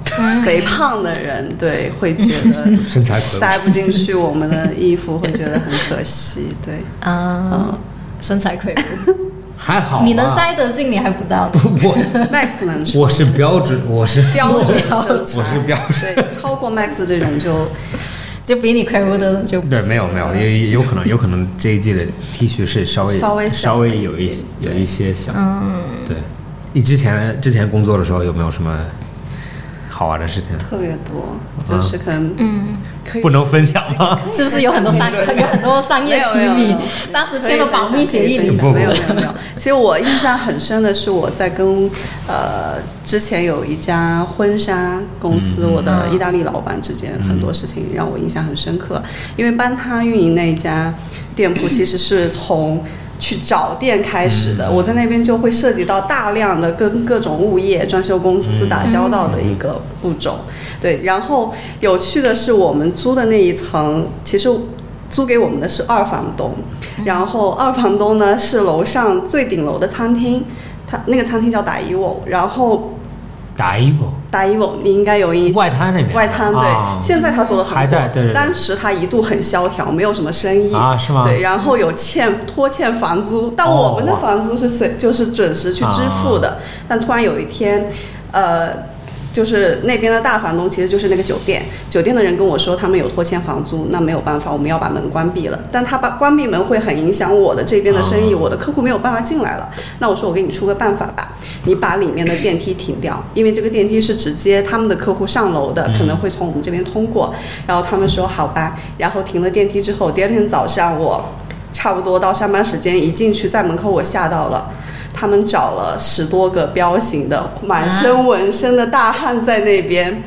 C: 肥胖的人，对，会觉得
B: 身材魁梧
C: 塞不进去我们的衣服，会觉得很可惜。对，
A: 啊、身材魁梧，
B: 还好吧啊
A: 你能塞得进，你还不到。
B: 我
C: Max 能吃
B: 我是标准，我是
C: 标准
B: 我
C: 身
B: 是
C: 材，
B: 我是标准。
C: 对，超过 Max 这种就
A: 就比你魁梧的人就不
B: 对，
A: 行
B: 没有没有，
A: 了
B: 也有可能有可能这一季的 T 恤是稍微
C: 稍微小
B: 稍微有一有一些小，嗯，对。你之前之前工作的时候有没有什么好玩的事情？
C: 特别多，就是可能
A: 嗯，
C: 可以
B: 不能分享吗？
A: 是不是有很多商有很多商业机
C: 没有没
A: 密
C: 有没有？
A: 当时签了保密协议，
C: 可以
A: 你
C: 分
A: 是
C: 享
B: 不
C: 没有没有没有。其实我印象很深的是，我在跟呃之前有一家婚纱公司，
A: 嗯
C: 我的意大利老板之间很多事情让我印象很深刻，因为搬他运营那一家店铺其实是从。去找店开始
A: 嗯
C: 的，我在那边就会涉及到大量的跟各种物业、装修公司
A: 嗯
C: 打交道的一个步骤。对，然后有趣的是，我们租的那一层，其实租给我们的是二房东，
B: 嗯
C: 然后二房东呢是楼上最顶楼的餐厅，他那个餐厅叫打一沃，然后
B: 打衣服，
C: 打一沃你应该有印象。
B: 外滩那边，
C: 外滩对，
B: 啊
C: 现在他做的很
B: 还在
C: 火
B: 对对对
C: 当时他一度很萧条，没有什么生意
B: 啊是吗
C: 对，然后有欠拖欠房租，但
B: 哦啊
C: 我们的房租是随就是准时去支付的，但突然有一天，呃。就是那边的大房东其实就是那个酒店，酒店的人跟我说他们有拖欠房租，那没有办法，我们要把门关闭了。但他把关闭门会很影响我的这边的生意，
B: 哦
C: 我的客户没有办法进来了。那我说我给你出个办法吧，你把里面的电梯停掉，因为这个电梯是直接他们的客户上楼的，可能会从我们这边通过。然后他们说好吧，然后停了电梯之后，第二天早上我差不多到上班时间一进去，在门口我吓到了。他们找了十多个彪形的、满身纹身的大汉在那边，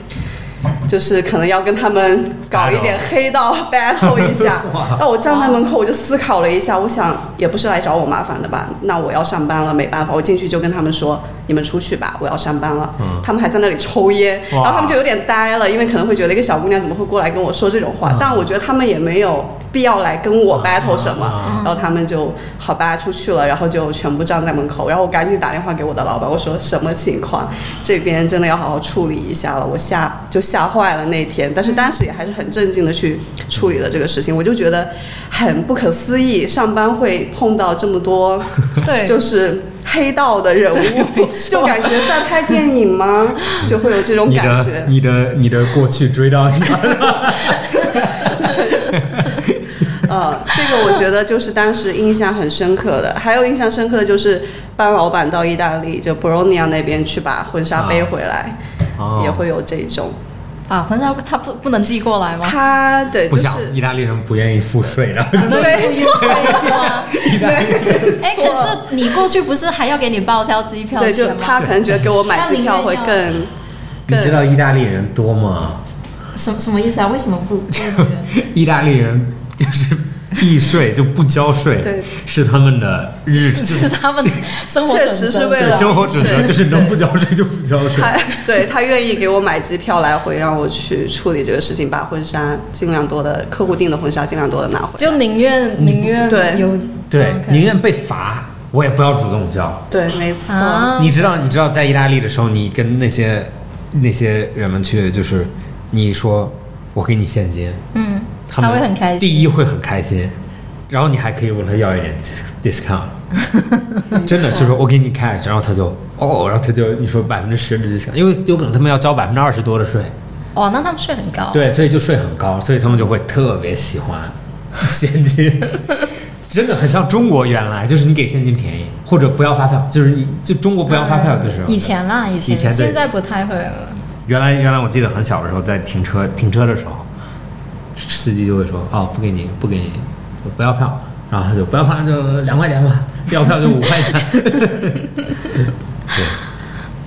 C: 就是可能要跟他们搞一点
B: Battle
C: 黑道 battle 一下
B: 哇。
C: 那我站在门口，我就思考了一下，我想也不是来找我麻烦的吧？那我要上班了，没办法，我进去就跟他们说：“你们出去吧，我要上班了。
B: 嗯
C: 他们还在那里抽烟，然
B: 哇
C: 后他们就有点呆了，因为可能会觉得一个小姑娘怎么会过来跟我说这种话？但我觉得他们也没有必要来跟我 battle 什么。然后他们就好吧出去了，然后就全部站在门口，然后我赶紧打电话给我的老板，我说什么情况？这边真的要好好处理一下了，我吓就吓坏了那天，但是当时也还是很镇静的去处理了这个事情，我就觉得很不可思议，上班会碰到这么多
A: 对，
C: 就是黑道的人物，就感觉在拍电影 吗？就会有这种
B: 你
C: 感
B: 的
C: 觉。
B: 你的你的过去追到你，
C: 呃，这个我觉得就是当时印象很深刻的。还有印象深刻的就是帮老板到意大利，就 Bologna 那边去把婚纱背回来，
B: 哦
C: 也会有这种。
A: 啊，婚纱他不不能寄过来吗？
C: 他对，
B: 不
C: 就是
B: 想意大利人不愿意付税的，
A: 那你不一定可以是吗？哎，
C: 错
A: 可是你过去不是还要给你报销机票
C: 对，就
A: 钱吗？
C: 他可能觉得给我买机票会
A: 那
C: 更
B: 你知道意大利人多吗？
A: 什什么意思啊？为什么不？ 不那个
B: 意大利人就是避税就不交税，
C: 对
B: 是他们的 日
A: 是他们的生活准则。
C: 确实是为
B: 对
C: 了
B: 生活准则，
C: 是
B: 就是能不交税就不交 税。
C: 他对他愿意给我买机票来回，让我去处理这个事情，把婚纱尽量多的客户订的婚纱尽量多的拿回来。
A: 就宁愿宁愿
C: 对
A: 有
B: 对，
A: OK
B: 宁愿被罚，我也不要主动交。
C: 对，没错。
A: 啊，
B: 你知道，你知道，在意大利的时候，你跟那些那些人们去，就是你说我给你现金，
A: 嗯，
B: 们
A: 他会很开心。
B: 第一会很开心，然后你还可以问他要一点 discount，真的就是我给你 cash，然后他就哦，然后他就你说百分之十的 discount，因为有可能他们要交百分之二十多的税，
A: 哇，哦那他们税很高。
B: 对，所以就税很高，所以他们就会特别喜欢现金。真的很像中国原来，就是你给现金便宜，或者不要发票，就是你就中国不要发票就是、
A: 嗯以前啦，以前
B: 以前对
A: 现在不太会了。
B: 原来原来我记得很小的时候，在停车停车的时候，司机就会说：“哦，不给你，不给你，不要票。”然后他就不要票就两块钱吧，要票就五块钱。对，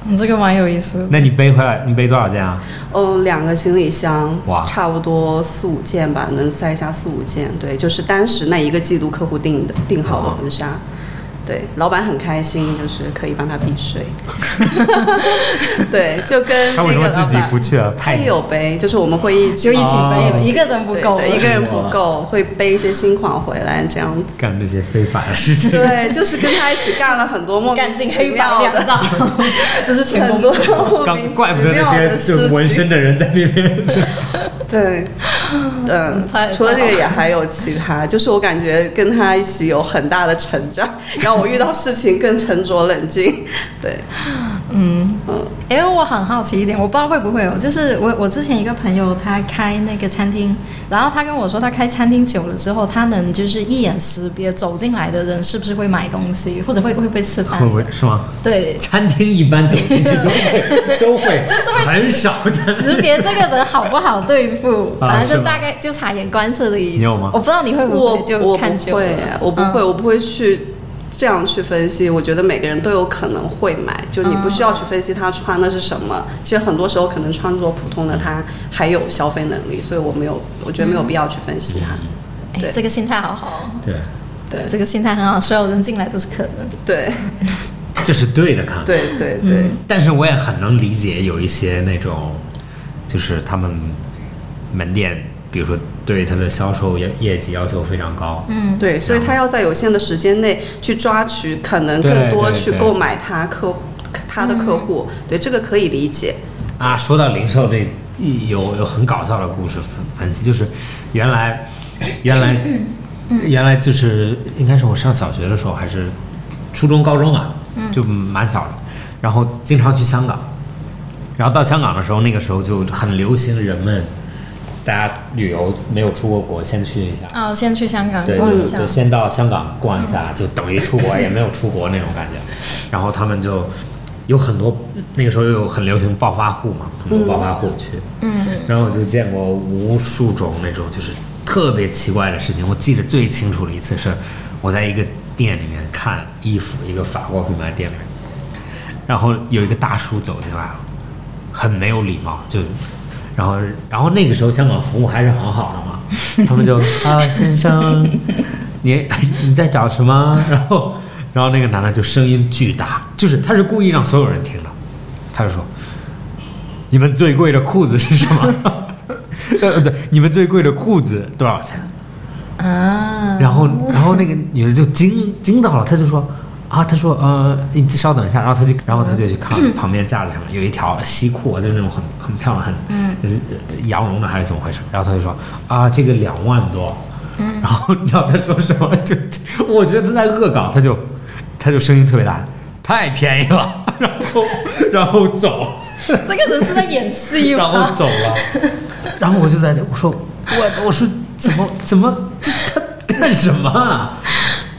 A: 你这个蛮有意思。
B: 那你背回来你背多少件啊？
C: 哦，两个行李箱，
B: 哇
C: 差不多四五件吧，能塞下四五件。对，就是当时那一个季度客户订的订好的婚纱，对，老板很开心，就是可以帮他避 税。对，就跟那个老板。
B: 去啊？
C: 他也有背，就是我们会一起
A: 就一起背
B: 哦
A: 一个人不够
C: 对对一个人不
B: 哇
C: 够，会背一些新款回来这 样子。
B: 干这些非法的事情。
C: 对，就是跟他一起干了很多莫
A: 干
C: 名
A: 净
C: 其
A: 黑白
C: 妙
A: 两
C: 的，
A: 道， 这是前
C: 很
A: 功
C: 多
A: 尽弃
C: 莫
B: 刚
C: 名
B: 怪不得
C: 其
B: 那
C: 妙
B: 些就
C: 的事
B: 纹
C: 情。
B: 身的人在那边。
C: 对，嗯
A: 太，
C: 除了这个也还有其他，就是我感觉跟他一起有很大的成长，让我遇到事情更沉着冷静。对，
A: 哎、我很好奇一点，我不知道会不会有，就是我我之前一个朋友，他开那个餐厅，然后他跟我说，他开餐厅久了之后，他能就是一眼识别走进来的人是不是会买东西，或者会会不会吃饭
B: 嗯会，不会是吗？
A: 对，
B: 餐厅一般走进去 都会都会，
A: 就是会
B: 很少在
A: 识别这个人好不好对付，
B: 啊
A: 反正
B: 是
A: 就
B: 吗
A: 大概就察言观色的意思。
B: 你有吗
A: 我不知道你会不
C: 我
A: 会就
C: 我
A: 看
C: 不
A: 久了
C: 会，，我不会，
A: 嗯
C: 我不会去。这样去分析，我觉得每个人都有可能会买，就你不需
A: 嗯
C: 要去分析他穿的是什么。其实很多时候可能穿着普通的他还有消费能力，所以我没有，我觉得没有必要去分析他。
A: 哎、
C: 对
A: 这个心态好好，
B: 对，
C: 对
A: 这个心态很好，所有人进来都是可能。
C: 对
B: 这是对的看法。
C: 对对对，
B: 但是我也很能理解有一些那种，就是他们门店，比如说对他的销售业业绩要求非常高，
A: 嗯，
C: 对，所以他要在有限的时间内去抓取可能更多
B: 对对
C: 去
B: 对
C: 购买他客户他的客户，对这个可以理解。
B: 啊，说到零售这有有很搞笑的故事分分析，就是原来原来、原来就是应该是我上小学的时候还是初中高中啊，就蛮小的，然后经常去香港，然后到香港的时候，那个时候就很流行人们大家旅游没有出过国，先去一下。
A: 啊、先去香港
B: 对，
A: 逛一
B: 就
A: 下
B: 就，先到香港逛一下，就等于出国也没有出国那种感觉。然后他们就有很多，那个时候又有很流行暴发户嘛，很多暴发户去。
A: 嗯，
B: 然后我就见过无数种那种就是特别奇怪的事情。我记得最清楚的一次是，我在一个店里面看衣服，一个法国品牌店里面，然后有一个大叔走进来了，很没有礼貌，就，然后然后那个时候香港服务还是很好的嘛，他们就啊先生，你 你在找什么？然后然后那个男的就声音巨大，就是他是故意让所有人听的，他就说你们最贵的裤子是什么？ 呃，对，你们最贵的裤子多少钱？
A: 啊，
B: 然后，然后那个女的就惊惊到了，她就说啊，她说呃，你稍等一下，然后她就，然后她就去看旁边架子上有一条呃西裤，就是那种很很漂亮，很嗯羊绒的还是怎么回事？然后她就说啊，这个两万多，然后你知道她说什么？就我觉得她在恶搞，她就她就声音特别大，太便宜了， 然后然后走，
A: 这个人是在演戏
B: 然后
A: 吧？
B: 走了，然后我就在这，我说我我说怎么怎么他干什么啊、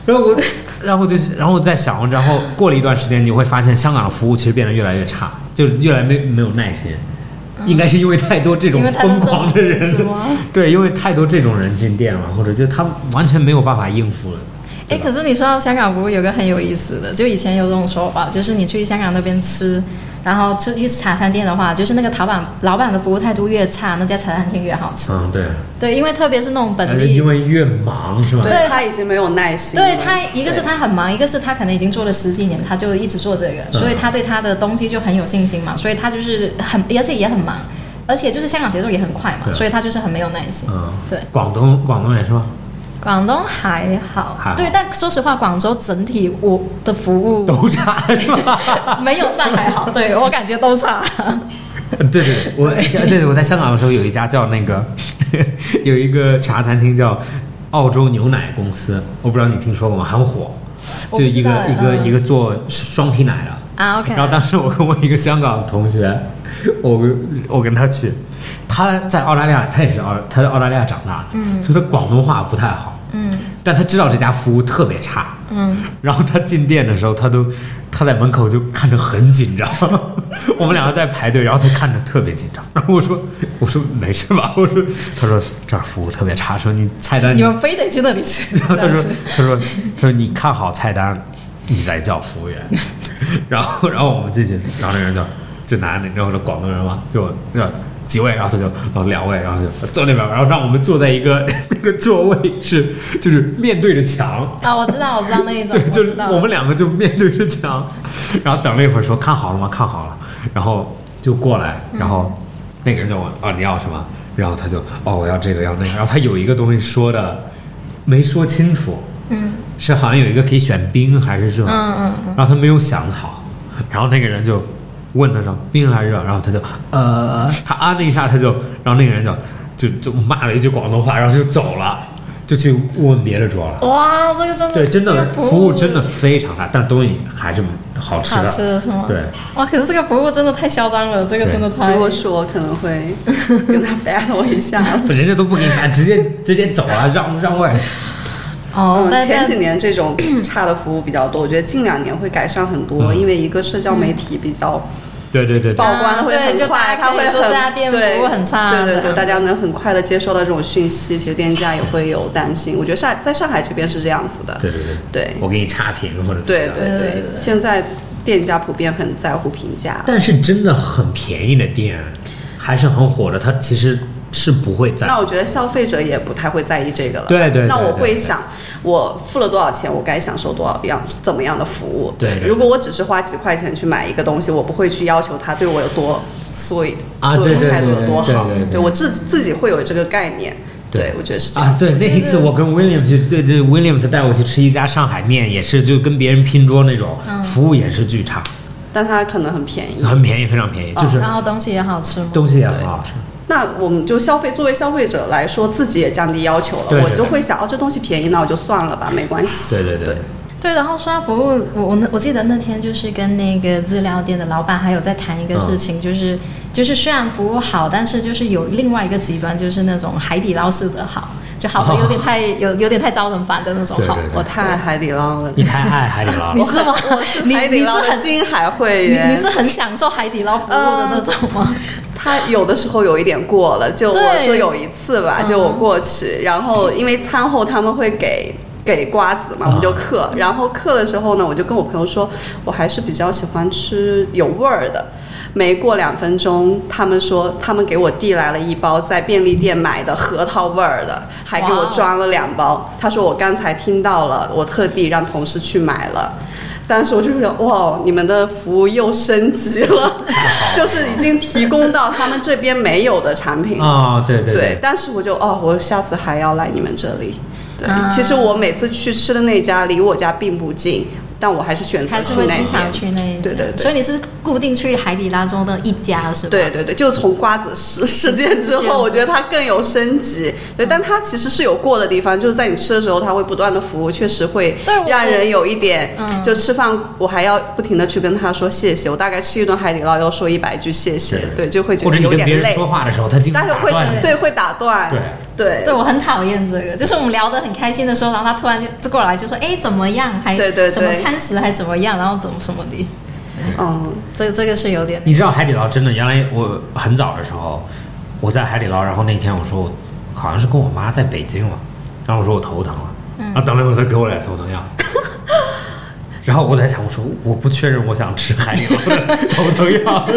B: 然后我然后我就然后我在想，然后过了一段时间，你会发现香港的服务其实变得越来越差，就是越来没没有耐心，应该是因为太多这种
A: 因为太多
B: 疯狂的人
A: 这种什么，
B: 对，因为太多这种人进店了，或者就他完全没有办法应付了。
A: 哎，可是你说到香港，不过有个很有意思的，就以前有这种说法，就是你去香港那边吃，然后出去茶餐店的话，就是那个老板老板的服务态度越差，那家茶餐厅越好吃。
B: 嗯，对，
A: 对，因为特别是那种本
B: 而且
A: 地
B: 因，为越忙是吧？
A: 对
C: 他已经没有耐心了。
A: 对他一个是他很忙，一个是他可能已经做了十几年，他就一直做这个，
B: 嗯
A: 所以他对他的东西就很有信心嘛，所以他就是很，而且也很忙，而且就是香港节奏也很快嘛，
B: 对
A: 所以他就是很没有耐心。
B: 嗯，
A: 对，
B: 广东广东也是吗？
A: 广东还好，
B: 还好
A: 对，但说实话，广州整体我的服务
B: 都差是吧？
A: 没有上海好，对我感觉都差。
B: 对对对，我对对，我在香港的时候有一家叫那个 有一个茶餐厅叫澳洲牛奶公司，我不知道你听说过吗？很火，
A: 我不
B: 就一
A: 知
B: 个、
A: 道
B: 一个、
A: 嗯
B: 一个做双皮奶的。
A: 啊，OK，
B: 然后当时我跟我一个香港同学，我我跟他去，他在澳大利亚，他也是澳，他在澳大利亚长大的，嗯，所以他广东话不太好，
A: 嗯
B: 但他知道这家服务特别差，
A: 嗯，
B: 然后他进店的时候，他都他在门口就看着很紧张， 我们两个在排队，然后他看着特别紧张，然后我说我说没事吧，我说他说这儿服务特别差，说你菜单
A: 你们非得去那里吃，
B: 然后 他
A: 这样
B: 说
A: 子
B: 他说他说你看好菜单，你再叫服务员， 然后然后我们进去，然后那人就就拿那然后那广东人嘛，就那几位，然后他就然后两位，然后就坐那边，然后让我们坐在一个 那个座位是就是面对着墙。
A: 啊，我知道，我知道那一种，
B: 对，
A: 我
B: 就是
A: 知道
B: 我们两个就面对着墙，然后等了一会儿说看好了吗？看好了，然后就过来，然后那个人就问啊你要什么？然后他就哦我要这个要那个，然后他有一个东西说的没说清楚，
A: 嗯
B: 是好像有一个可以选冰还是热，
A: 嗯嗯嗯，
B: 然后他没有想好，然后那个人就问他说冰还是热，然后他就呃，他啊了一下，他就，然后那个人就就就骂了一句广东话，然后就走了，就去问别的桌了。
A: 哇，这个真的
B: 对，真
A: 嗯这
B: 的
A: 个
B: 服务真的非常差，但东西还是好吃
A: 好
B: 的。
A: 吃是吗？，
B: 对，
A: 哇，可是这个服务真的太嚣张了，这个
B: 对
A: 真的太
C: 如果是我，可能会跟他 battle 一 下。
B: 不人家都不给你打，直接直接走了，让让位。
A: 哦
C: 嗯，，
A: 但
C: 前
A: 但
C: 几年这种差的服务比较多，我觉得近两年会改善很多，
B: 嗯
C: 因为一个社交媒体比较
B: 对对对，
C: 曝光的会
A: 对就大
C: 很快，
A: 家
C: 它
A: 可以
C: 会
A: 说
C: 很
A: 这家店
C: 对
A: 服务很差
C: 对
A: 这
C: 对对，
A: 样
C: 大家能很快的接收到这种讯息，其实店家也会有担心。我觉得上在上海这边是这样子的，
B: 对对对，
C: 对
B: 我给你差评或者怎么
C: 对
B: 样。
C: 对对，呃现在店家普遍很在乎评价，
B: 但是真的很便宜的店，还是很火的，它其实是不会在。啊
C: 那我觉得消费者也不太会在意这个了。
B: 对对对
C: 那我
B: 对
C: 会
B: 对
C: 想，我付了多少钱，我该享受多少样怎么样的服务。
B: 对对对
C: 如果我只是花几块钱去买一个东西，我不会去要求他对我有多 sweet，
B: 啊
C: 对
B: 对
C: 我
B: 对
C: 态度有
B: 对
C: 多
B: 对
C: 好
B: 对对。对
C: 对我自自己会有这个概念。
B: 对
C: 我觉得是这样。
B: 啊，对，那一次我跟 William 去，对对，William 他带我去吃一家上海面，也是就跟别人拼桌那种，服务也是巨差，
C: 但它可能很便宜。
B: 很便宜，非常便宜，就是
A: 然后东西也好吃吗？
B: 东西也很好吃。
C: 那我们就消费作为消费者来说，自己也降低要求了。
B: 对对
C: 我就会想，哦，这东西便宜，那我就算了吧，没关系。
B: 对对对
C: 对
B: 对。
A: 对，然后说到服务，我我那我记得那天就是跟那个日料店的老板还有在谈一个
B: 嗯
A: 事情，就是就是虽然服务好，但是就是有另外一个极端，就是那种海底捞式的好，就好的有点太、有有点太招人烦的那种
B: 对
A: 好。
B: 对对
C: 我太海底捞了，
B: 你太爱海底捞了
A: 你。是吗？你
C: 海
A: 你
C: 底
A: 是
C: 捞的
A: 很
C: 金海会
A: 你
C: 员，
A: 你是很享受海底捞服务的那种
C: 嗯
A: 吗？
C: 他有的时候有一点过了，就我
A: 对嗯
C: 说有一次吧，就我过去，然后因为餐后他们会给。给瓜子嘛，我们
A: 啊
C: 就嗑。然后嗑的时候呢，我就跟我朋友说，我还是比较喜欢吃有味儿的。没过两分钟，他们说他们给我递来了一包在便利店买的核桃味儿的，还给我
A: 哇哦
C: 装了两包。他说我刚才听到了，我特地让同事去买了。当时我就觉得，哇，你们的服务又升级了，就是已经提供到他们这边没有的产品。
B: 啊、对对
C: 对，但是我就哦，我下次还要来你们这里。对，
A: 啊
C: 其实我每次去吃的那家离我家并不近，但我还是选择
A: 还是
C: 去
A: 会
C: 那
A: 经常
C: 边。
A: 去那一家，
C: 对对对
A: 所以你是固定去海底捞中的一家是吧？
C: 对对对，就从瓜子事事件之
A: 事件
C: 后，我觉得它更有升级。对，但它其实是有过的地方，就是在你吃的时候，它会不断的服务，确实会
A: 对我
C: 让人有一点，
A: 嗯
C: 就吃饭我还要不停的去跟他说谢谢。我大概吃一顿海底捞要说一百句谢谢，对，就会觉
B: 或者
C: 得
B: 你
C: 有
B: 跟别
C: 点
B: 人
C: 累
B: 说，话的时候，他经
C: 但
B: 常
C: 是
B: 打
C: 会
B: 断你。
C: 对会啊打断，
B: 对
C: 对
A: 对，我很讨厌这个，就是我们聊得很开心的时候，然后他突然就就过来就说：“哎，怎么样？还
C: 对对对
A: 什么餐食还怎么样？然后怎么什么的？”
C: 嗯，
A: 这这个是有点
B: 你知道海底捞真的，原来我很早的时候，我在海底捞，然后那天我说我好像是跟我妈在北京嘛，然后我说我头疼了，
A: 嗯
B: 然后等了一会儿他给我俩头 疼药，然后我在想，我说我不确认我想吃海鸟的头疼 药，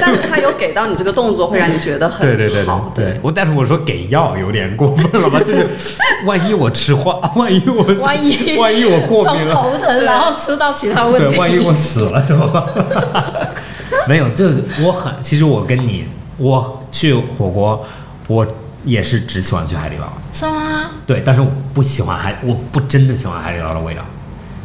C: 但是他有给到你这个动作，会让你觉得很
B: 对对对对
C: 好。
B: 对，我但是我说给药有点过分了吧，就是 万一我吃坏，万一我
A: 万一
B: 万一我过
A: 从
B: 敏了，
A: 头疼然后吃到其他问
B: 对，
A: 题，
B: 万一我死了怎么办？ 没有，就是我很，其实我跟你，我去火锅，我也是只喜欢去海底捞，
A: 是吗？
B: 对，但是我不喜欢海，我不真的喜欢海底捞的味道。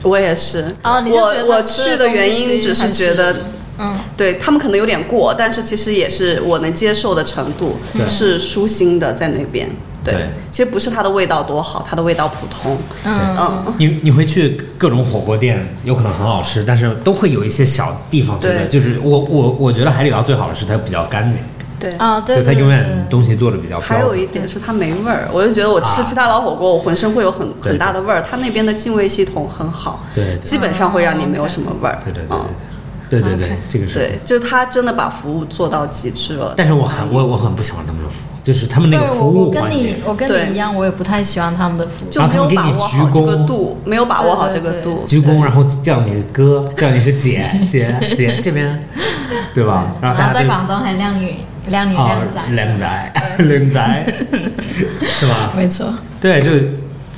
C: 我也是。
A: 哦，你就觉得
C: 我我
A: 吃
C: 去
A: 的
C: 的原
A: 东西
C: 因只
A: 还
C: 是觉得，
A: 嗯，
C: 对他们可能有点过，但是其实也是我能接受的程度
B: 对，
C: 是舒心的在那边。
B: 对
C: 其实不是它的味道多好，它的味道普通。
A: 嗯
C: 嗯，
B: 你你会去各种火锅店，有可能很好吃，但是都会有一些小地方觉得，
C: 对
B: 就是我我我觉得海底捞最好的是它比较干净，
C: 对。
A: 啊，对，
B: 就它
A: 对
B: 永
A: 对
B: 远东西做的比较
C: 还
B: 标
C: 有
B: 准。
C: 一点是它没味儿，我就觉得我吃其他老火锅，我浑身会有很
B: 啊对
C: 很大的味儿。它那边的净味系统很好，
B: 对对
C: 基本上会让你
A: 哦
C: 没有什么味儿。
B: 对对对
C: 嗯
B: 对对对对
A: OK
B: 对，这个是。
C: 对，就是它真的把服务做到极致了。
B: 但是我很我我很不喜欢他们的服务，就是他们那个
A: 对
B: 服
A: 我
B: 务
A: 我跟
B: 环
A: 你
B: 节，
A: 我跟
C: 对
A: 你一样，我也不太喜欢他们的服务。
C: 就没有把握好这个度，没有把握好这个度。
B: 鞠躬，然后叫你哥，叫你是 姐姐姐这边，对吧？然
A: 然
B: 后大
A: 后
B: 家
A: 在
B: 都
A: 广东还靓女靓女
B: 啊
A: 靓仔，
B: 靓仔 靓仔，是吧？
A: 没错，
B: 对，就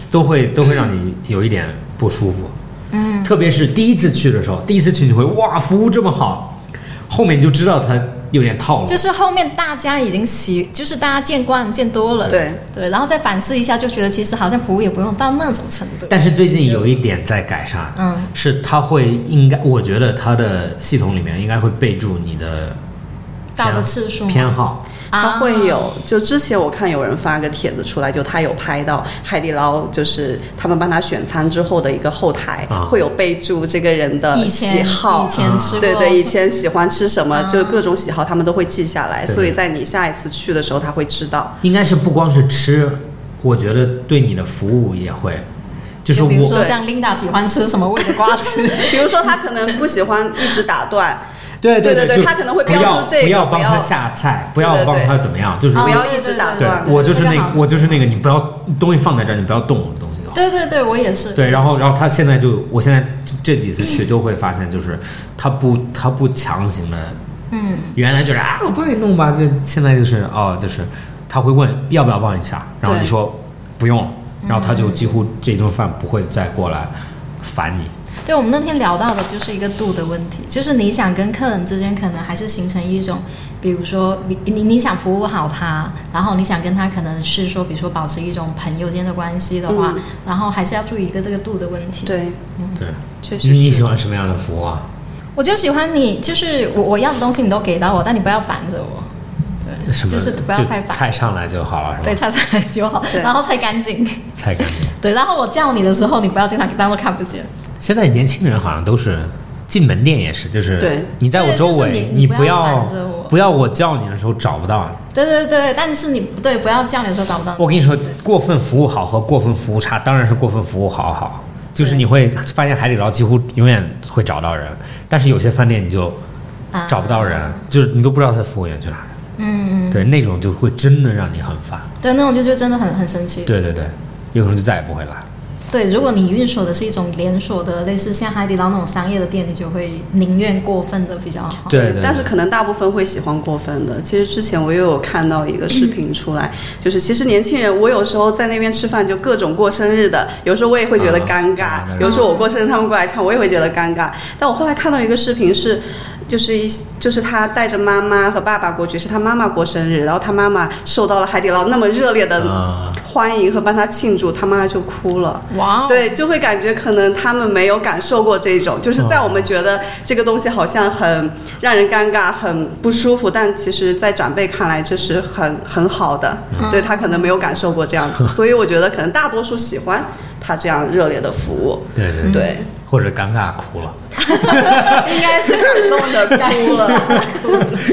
B: 都会都会让你有一点不舒服。嗯，特别是第一次去的时候，第一次去你会哇，服务这么好，后面你就知道它有点套路。
A: 就是后面大家已经习，就是大家见惯见多了，
C: 对
A: 对，然后再反思一下，就觉得其实好像服务也不用到那种程度。
B: 但是最近有一点在改善，
A: 嗯，
B: 是它会应该，我觉得它的系统里面应该会备注你的
A: 到的
B: 偏
A: 次数吗
B: 偏好，
A: 啊
C: 他会有，就之前我看有人发个帖子出来，就他有拍到海底捞，就是他们帮他选餐之后的一个后台，
B: 啊
C: 会有备注这个人的
A: 以
C: 喜
A: 前
C: 好，
A: 以前吃过，
C: 对对，以前喜欢吃什么，
A: 啊
C: 就各种喜好他们都会记下来，
B: 对
C: 所以在你下一次去的时候他会知道。
B: 应该是不光是吃，我觉得对你的服务也会，就是
A: 就比如
B: 我
A: 说像 Linda 喜欢吃什么味的瓜 子，
C: 比如说他可能不喜欢一直打断，
B: 对
C: 对
B: 对
C: 对
B: 就
C: 他可能会
B: 不
C: 标
B: 要
C: 注这个
B: 不要帮
C: 不
B: 他
C: 要
B: 下菜，不
C: 对
B: 要
C: 对
B: 帮
C: 对
B: 他怎么样，就是
A: 哦
C: 不要一直打
A: 对
C: 断。
B: 我就是
A: 这
B: 那
A: 个好
B: 我就是那个，你不要东西放在这儿，你不要动我的东西就好。
A: 对对对，我也是。
B: 对，然后然后他现在就，我现在这这几次去都会发现，就是他不他不强行的，
A: 嗯，
B: 原来就是啊，我帮你弄吧，就现在就是哦，就是他会问要不要帮你下，然后你
C: 对
B: 说不用，
A: 嗯
B: 然后他就几乎这顿饭不会再过来烦你。
A: 对，我们那天聊到的就是一个度的问题，就是你想跟客人之间可能还是形成一种，比如说你你你想服务好他，然后你想跟他可能是说，比如说保持一种朋友间的关系的话，
C: 嗯
A: 然后还是要注意一个这个度的问题。，
C: 对，
B: 对，
C: 确实
B: 你你
C: 是
B: 喜欢什么样的服务啊？
A: 我就喜欢你，就是我我要的东西你都给到我，但你不要烦着我，
B: 什么
A: 就是不要太烦
B: 菜上来就好了，是吧？
A: 对，擦擦来就好，
C: 对
A: 然后才干净。
B: 菜干净。
A: 对，然后我叫你的时候，你不要经常当做看不见。
B: 现在年轻人好像都是进门店也是，就是
C: 对
B: 你在我
A: 对
B: 周
A: 就是
B: 围，
A: 你
B: 你
A: 你
B: 不
A: 不要
B: 要
A: 烦着我
B: 不要我叫你的时候找不到。
A: 对对对，但是你对不要叫你的时候找不到你。
B: 我跟你说，过分服务好和过分服务差，当然是过分服务好好。就是你会发现海底捞几乎永远会找到人，但是有些饭店你就
A: 啊
B: 找不到人，就是你都不知道他服务员去哪儿了。
A: 嗯，
B: 对，那种就会真的让你很烦。
A: 对，那种就就真的很很生气。
B: 对对对，有可能就再也不会来。
A: 对，如果你运锁的是一种连锁的，类似像海底捞那种商业的店，你就会宁愿过分的比较好。
B: 对对对，
C: 但是可能大部分会喜欢过分的。其实之前我也有看到一个视频出来，
B: 嗯
C: 就是其实年轻人，我有时候在那边吃饭就各种过生日的，有时候我也会觉得尴
B: 啊
C: 尬
B: 啊，
C: 有时候我过生日他们过来唱，我也会觉得尴尬。但我后来看到一个视频是。就是一，就是他带着妈妈和爸爸过去，是他妈妈过生日，然后他妈妈受到了海底捞那么热烈的
B: 啊
C: 欢迎和帮他庆祝，他妈妈就哭了。
A: 哇、哦，
C: 对，就会感觉可能他们没有感受过这种，就是在我们觉得这个东西好像很让人尴尬、很不舒服，但其实，在长辈看来这是很很好的。
B: 嗯
C: 对他可能没有感受过这样子， 所以我觉得可能大多数喜欢他这样热烈的服务。
B: 对对对，
C: 对，
B: 或者尴尬哭 了，
C: 应该是感动的哭了。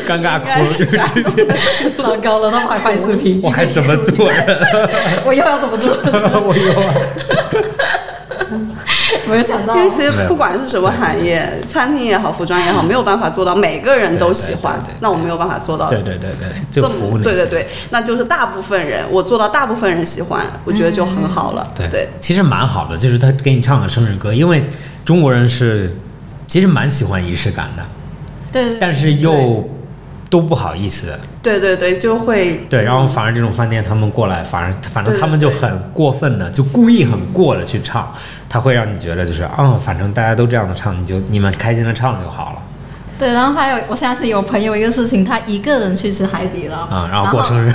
B: 尴尬哭
C: 应该
B: 了，
C: 是
B: 就是
A: 糟糕了，那我还拍视频，
B: 我还怎 么做人？
A: 我以后要怎么做？
B: 我有啊，
A: 没有想到
C: 因，为其实不管是什么行业，餐厅也好，服装也好，没有办法做到每个人都喜欢
B: 对对对对，
C: 那我没有办法做 到
B: 啊对对对对，
C: 这
B: 就
C: 么
B: 服务你
C: 对对对，那就是大部分人，我做到大部分人喜欢，我觉得就很好了。
B: 对
C: 对，
B: 其实蛮好的，就是他给你唱个生日歌，因为中国人是其实蛮喜欢仪式感的，
A: 对对，
B: 但是又都不好意思。
C: 对对对，就会
B: 对，然后反而这种饭店他们过来，反而反正
C: 嗯对
B: 他们就很过分的，就故意很过的去唱，他会让你觉得就是啊、反正大家都这样的唱，你就你们开心的唱就好了
A: 对，然后还有，我下次有朋友一个事情，他一个人去吃海底捞
C: 哦
B: 啊、然后过生日，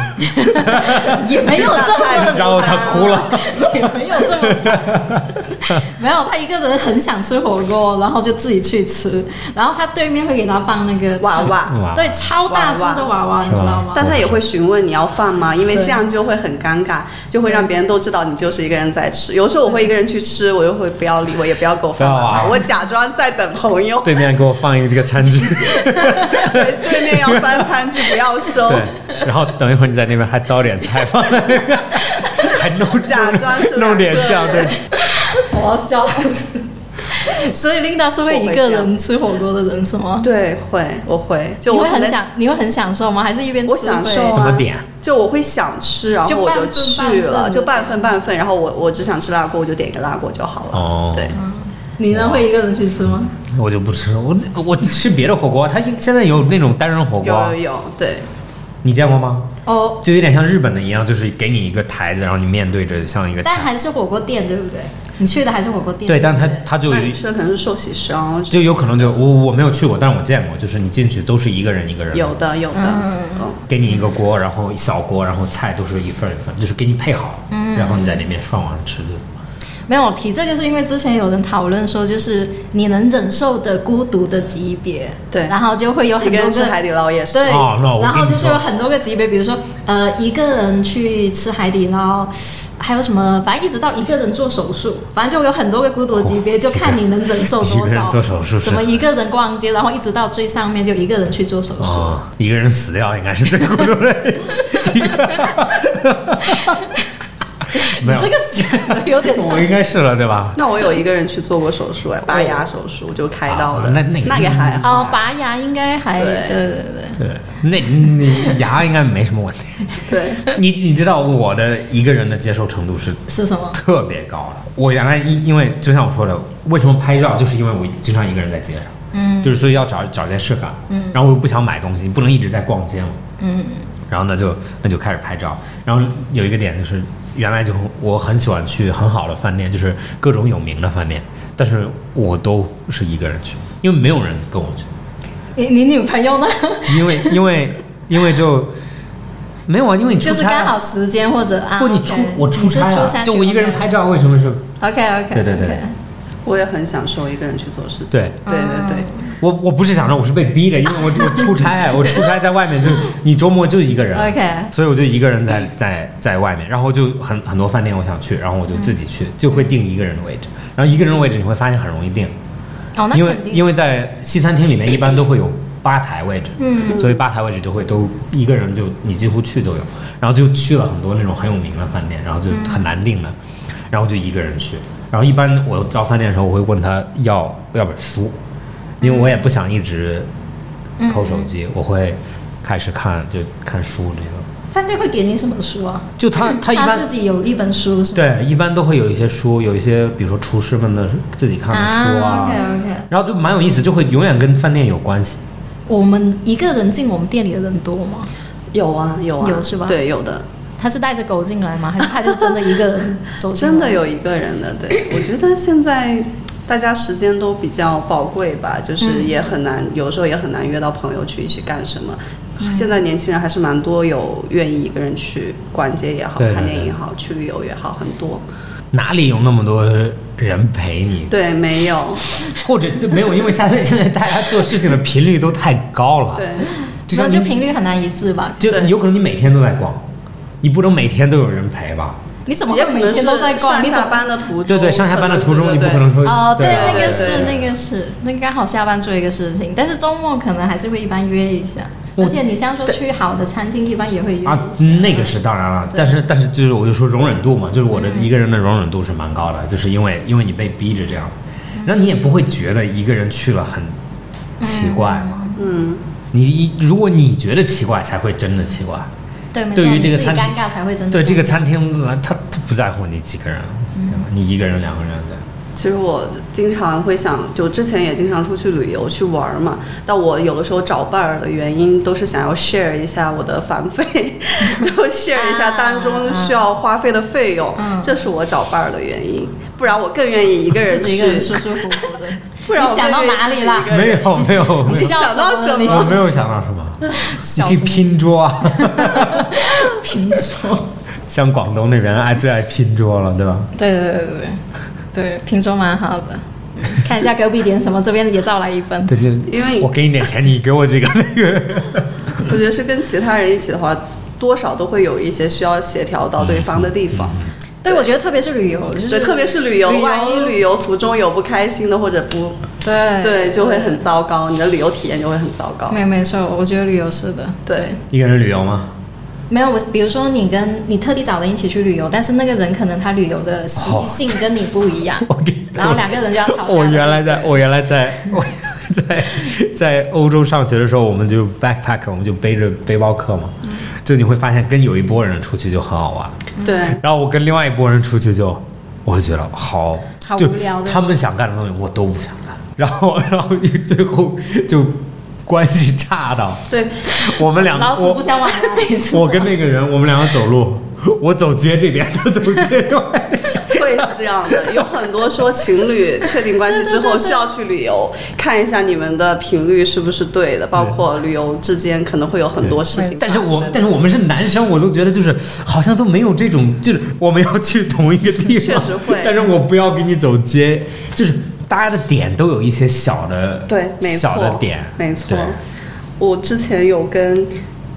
A: 也没有这 么，
B: 然后他哭 了，
A: 也没有这么惨， 没有，他一个人很想吃火锅，然后就自己去吃，然后他对面会给他放那个
C: 娃娃，
B: 哇，
A: 对，超大只的娃娃，你知道吗？
C: 但他也会询问你要饭吗？因为
A: 对
C: 这样就会很尴尬，就会让别人都知道你就是一个人在吃。有时候我会一个人去吃，我就会不要理我，也不要给我
B: 不
C: 发
B: 要
C: 娃
B: 啊
C: 娃，我假装在等朋友，
B: 对面给我放一个餐具，
C: 对对面要翻餐具不要收，
B: 对，然后等一会儿你在那边还倒点菜放在那边，还弄
C: 假装是
B: 弄点酱，对，
A: 我要笑死。 所以 Linda 是会一个人吃火锅的人是吗？
C: 对会我会，就
A: 你
C: 我
A: 会
C: 可
A: 很
C: 能
A: 享，你会很享受吗？还是一边吃
C: 我享
A: 会
C: 受啊
B: 怎么点？
C: 就我会想吃，然后
A: 就
C: 我
A: 半份
C: 就去
A: 半
C: 了，
A: 份
C: 就
A: 的
C: 半份半份，然后我我只想吃辣锅，我就点一个辣锅就好了。
B: 哦
C: 对，
A: 你呢？会一个人去吃吗？
B: 我就不吃，我我吃别的火锅，他现在有那种单人火
C: 有
B: 锅
C: 有，有，对
B: 你见过吗？
A: 哦，
B: 就有点像日本的一样，就是给你一个台子，然后你面对着像一个
A: 但
B: 墙。
A: 还是火锅店，对不对？你去的还是火锅店？
B: 对，但
A: 不
B: 它它就
C: 那
B: 有
C: 你吃的可能是寿喜烧，
B: 就有可能就我我没有去过，但是我见过，就是你进去都是一个人一个人，
C: 有的有的，嗯
B: 给你一个锅，然后小锅，然后菜都是一份儿一份儿，就是给你配好，然后你在里面涮完吃就行了。
A: 没有我提这个，是因为之前有人讨论说，就是你能忍受的孤独的级别，
C: 对
A: 然后就会 有
C: 一
A: 很
C: 个
A: 多
C: 人吃
A: 个。
C: 海底捞也是，
A: 对，
B: 哦那我
A: 然后
B: 跟你
A: 就是有
B: 说
A: 很多个级别，比如说，呃，一个人去吃海底捞，还有什么，反正一直到一个人做手术，反正就有很多个孤独的级别，
B: 哦
A: 就看你能忍受
B: 一
A: 多
B: 个人
A: 少。
B: 做手术是
A: 怎么一个人逛街，然后一直到最上面就一个人去做手术。
B: 哦，一个人死掉应该是最孤独的。没
A: 你
B: 有
A: 这，个是有 点
B: 我应该是了，对吧？
C: 那我有一个人去做过手术，哎，拔牙手术就开刀
B: 啊
C: 了，
B: 那那个
C: 也还好。
A: 哦，拔牙应该还
C: 对
A: 对对对。
B: 对， 那你牙应该没什么问题。
C: 对，
B: 你你知道我的一个人的接受程度是
A: 是什么？
B: 特别高的。我原来因因为就像我说的，为什么拍照，就是因为我经常一个人在街上，嗯，就是所以要找找件事干，嗯，然后我又不想买东西，不能一直在逛街嘛，嗯，然后呢就那就开始拍照，然后有一个点就是原来就我很喜欢去很好的饭店，就是各种有名的饭店，但是我都是一个人去，因为没有人跟我去，
A: 你你女朋友呢？
B: 因为因为因为就没有啊，因为你出
A: 就是
B: 差
A: 刚
B: 啊、
A: 好时间或者啊，
B: 不，你
A: OK
B: 出我出
A: 你是
B: 差
A: 出
B: 啊，
A: 差
B: 就我一个人拍照，为什么是？
A: OK OK，
B: 对对对
C: 我也很享受一个人去做事情。
B: 对，啊
C: 对对对，
B: 我我不是想着我是被逼的，因为我我出差，啊我出差在外面就你周末就一个人
A: OK
B: 所以我就一个人在在在外面，然后就很很多饭店我想去，然后我就自己去，就会定一个人的位置，然后一个人的位置你会发现很容易定，
A: 哦，那
B: 因为
A: 肯定，
B: 因为在西餐厅里面一般都会有吧台位置，
A: 嗯，
B: 所以吧台位置就会都一个人就你几乎去都有，然后就去了很多那种很有名的饭店，然后就很难订的，
A: 嗯
B: 然后就一个人去，然后一般我到饭店的时候我会问他要要本书，因为我也不想一直抠手机，我会开始看就看书这个，
A: 饭店会给你什么书啊？
B: 就他他一般
A: 嗯自己有一本书是吗？
B: 对一般都会有一些书，有一些比如说厨师们的自己看的书啊。
A: OK OK，
B: 然后就蛮有意思，就会永远跟饭店有关系。
A: 我们一个人进我们店里的人多吗？
C: 有啊有啊，
A: 有是吧
C: 对，有的，
A: 他是带着狗进来吗？还是他就真的一个人走进来？
C: 真的有一个人的。对，我觉得现在大家时间都比较宝贵吧，就是也很难，有时候也很难约到朋友去一起干什么。现在年轻人还是蛮多有愿意一个人去逛街也好，
B: 对对
C: 看电影
B: 对
C: 也好，去旅游也好，很多。
B: 哪里有那么多人陪你？
C: 对，没有，
B: 或者就没有，因为现在现在大家做事情的频率都太高了。
C: 对，
B: 就
A: 那
B: 像
A: 就
B: 你
A: 频率很难一致吧？
B: 就
C: 对
B: 有可能你每天都在逛，你不能每天都有人陪吧？
A: 你怎么
C: 也
A: 会
C: 可
A: 每
C: 能
A: 天
C: 是
A: 都在逛？
C: 上
A: 你怎
C: 下
A: 么？
C: 班的途中，
B: 对对，上下班的途中你不可
C: 对
B: 能说啊
A: 哦，对，
B: 吧
A: 那个
C: 对
A: 是
C: 对
A: 那个是那个刚好下班做一个事情，但是周末可能还是会一般约一下。
B: 我
A: 而且你像说去好的餐厅，一般也会有
B: 啊
A: 一些，
B: 那个是当然了，
A: 对嗯
B: 但是但是就是我就说容忍度嘛，就是我的一个人的容忍度是蛮高的，就是因为因为你被逼着这样，然后你也不会觉得一个人去了很奇怪嘛，
C: 嗯，
B: 你一如果你觉得奇怪才会真的奇怪，
A: 对，没错，
B: 对于这
A: 你
B: 个
A: 自己
B: 餐
A: 尴尬才会真的
B: 对这个餐厅来他他不在乎你几个人，
A: 嗯
B: 对吧你一个人两个人对。
C: 其实我经常会想，就之前也经常出去旅游去玩儿嘛，但我有的时候找伴儿的原因都是想要 share 一下我的 烦费，就 share 一下当中需要花费的费用，
A: 嗯
C: 这是我找伴儿的原因。不然我更愿意一个人
A: 自己一个人
C: 去
A: 舒，舒服服 的。
C: 不然我
A: 你想到哪里啦
C: 了？
B: 没有没有，没
A: 你
B: 有
A: 笑
C: 想到什
A: 么
C: 么
B: 我
A: 了
B: 没有想到什么，你
A: 笑
B: 可以
A: 什么
B: 拼桌啊，
A: 你拼桌，
B: 像广东那边爱最爱拼桌了，对吧？
A: 对对对对对对，拼桌蛮好的。嗯看一下隔壁点什么，这边也照来一份。
B: 对对，
C: 因为
B: 我给你点钱，你给我几个 那个，
C: 我觉得是跟其他人一起的话，多少都会有一些需要协调到对方的地方。
A: 对，我觉得特别是旅游，就是
C: 对，特别是旅游，
A: 嗯旅游
C: 万一旅游途中有不开心的或者不
A: 对
C: 对，就会很糟糕，你的旅游体验就会很糟糕。
A: 没没错，我觉得旅游是的。
C: 对，
B: 一个人旅游吗？
A: 没有我，比如说你跟你特地找人一起去旅游，但是那个人可能他旅游的习性跟你不一样，
B: 哦 我给，
A: 然后两个人就要吵架了。
B: 我原来在，
A: 对
B: 我原来在，我在在欧洲上学的时候，我们就 backpack，我们就背着背包客嘛，
A: 嗯
B: 就你会发现跟有一波人出去就很好玩，
C: 对，
B: 然后我跟另外一波人出去就，我会觉得好，
A: 好
B: 就
A: 无聊的
B: 他们想干的东西我都不想干，然后 然后最后就关系差到
C: 对，
B: 我们两
A: 老
B: 个，
A: 死不
B: 我
A: 相往来。
B: 我跟那个人，我们两个走路，我走街这边，他走 街外边。
C: 会是这 样的。有很多说情侣确定关系之后需要去旅游，看一下你们的频率是不是对的，包括旅游之间可能会有很多事情发
B: 但
C: 生。
B: 是我但是我们是男生，我都觉得就是好像都没有这种，就是我们要去同一个地方，
C: 确实会
B: 但是我不要跟你走街，就是大家的点都有一些小的，
C: 对，没错，
B: 小的点，
C: 没错
B: 对。
C: 我之前有跟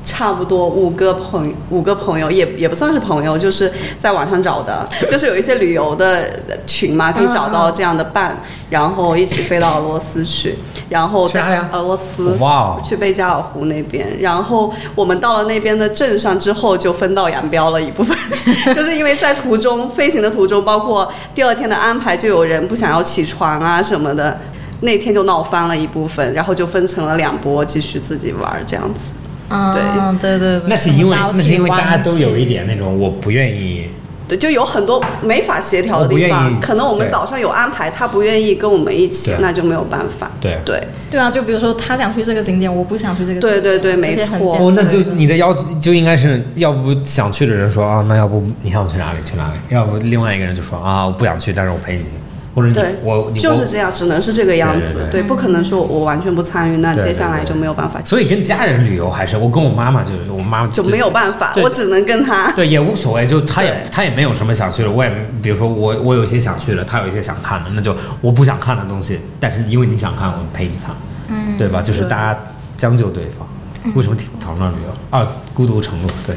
C: 差不多五个朋五个朋友，也也不算是朋友，就是在网上找的，就是有一些旅游的群
B: 啊
C: 嘛，可以找到这样的伴，然后一起飞到俄罗斯去，然后呃
B: 去哪里啊
C: 俄罗斯，
B: 哇哦
C: 去贝加尔湖那边。然后我们到了那边的镇上之后，就分道扬镳了一部分， 就是因为在途中飞行的途中，包括第二天的安排，就有人不想要起床啊什么的。那天就闹翻了一部分，然后就分成了两波，继续自己玩儿这样子。
A: 嗯，对对
C: 呃
A: 对，
B: 那是因为那是因为大家都有一
A: 点。
B: 点那种我不愿意，
C: 对，就有很多没法协调的
B: 哦我
C: 地
B: 不愿
C: 方，
B: 意
C: 可能我们
B: 对
C: 早上有安排，他不愿意跟我们一起
B: 对，
C: 那就没有办法。
B: 对
C: 对
A: 对啊，就比如说他想去这个景点，我不想去这个景点，
C: 对对对没
A: 这些很
C: 错
A: 简单
B: 哦，那就你的要求就应该是，要不想去的人说啊，那要不你想去哪里去哪里，要不另外一个人就说啊，我不想去，但是我陪你去，或者你
C: 对
B: 我你
C: 就
B: 我
C: 是这样，只能是这个样
B: 对
C: 子
B: 对。
C: 对，不可能说我完全不参与，那
B: 对对
C: 接下来
B: 对
C: 就没有办法，
B: 所以跟家人旅游还是我跟我妈妈就是我妈
C: 就没有办法，
B: 对
C: 我只能跟他。
B: 对，也无所谓，就他也
C: 对
B: 他也没有什么想去的，我也比如说我我有一些想去的，他有一些想看的，那就我不想看的东西，但是因为你想看，我陪你看，嗯，对吧？就是
C: 对
B: 大家将就对方。
A: 嗯
B: 为什么讨论旅游啊？孤独程度，对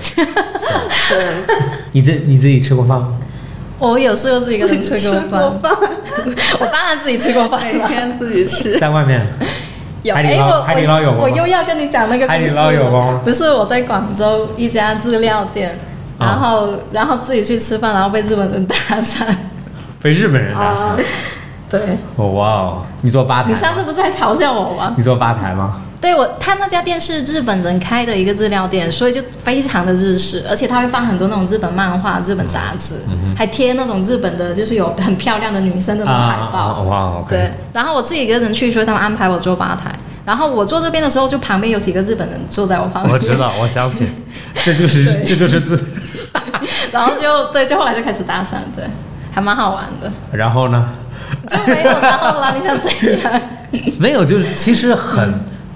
C: 对，
B: 你自你自己吃过饭吗？
A: 我有时候自己一个人吃过
C: 吃过哎
A: 饭，
C: 饭，
A: 我当然自己吃 过饭
C: 每
A: 了。
C: 天自己吃。
B: 在外面，
A: 有
B: 海底
A: 哎，
B: 捞
A: 我
B: 海底捞有吗
A: 我我又要跟你讲那个故
B: 海底
A: 事
B: 捞有吗
A: 了。不是我在广州一家日料店，
B: 啊
A: 然后然后自己去吃饭，然后被日本人搭讪。
B: 被日本人搭讪，
A: 对
B: 哦哇哦！你坐吧台吗，
A: 哦你上次不是还嘲笑我吗？
B: 你坐吧台吗？
A: 哎对我，他那家店是日本人开的一个日料店，所以就非常的日式，而且他会放很多那种日本漫画、日本杂志，还贴那种日本的，就是有很漂亮的女生的那种海报。
B: 啊哇哦，OK
A: 对，然后我自己一个人去，所以他们安排我坐吧台。然后我坐这边的时候，就旁边有几个日本人坐在我旁边，
B: 我知道，我相信，这就是
A: 对
B: 这就是自，
A: 然后就对，就后来就开始搭讪，对，还蛮好玩 的，嗯
B: 然后呢？
A: 就没有然后啦，你想怎样？
B: 没有，就是其实很，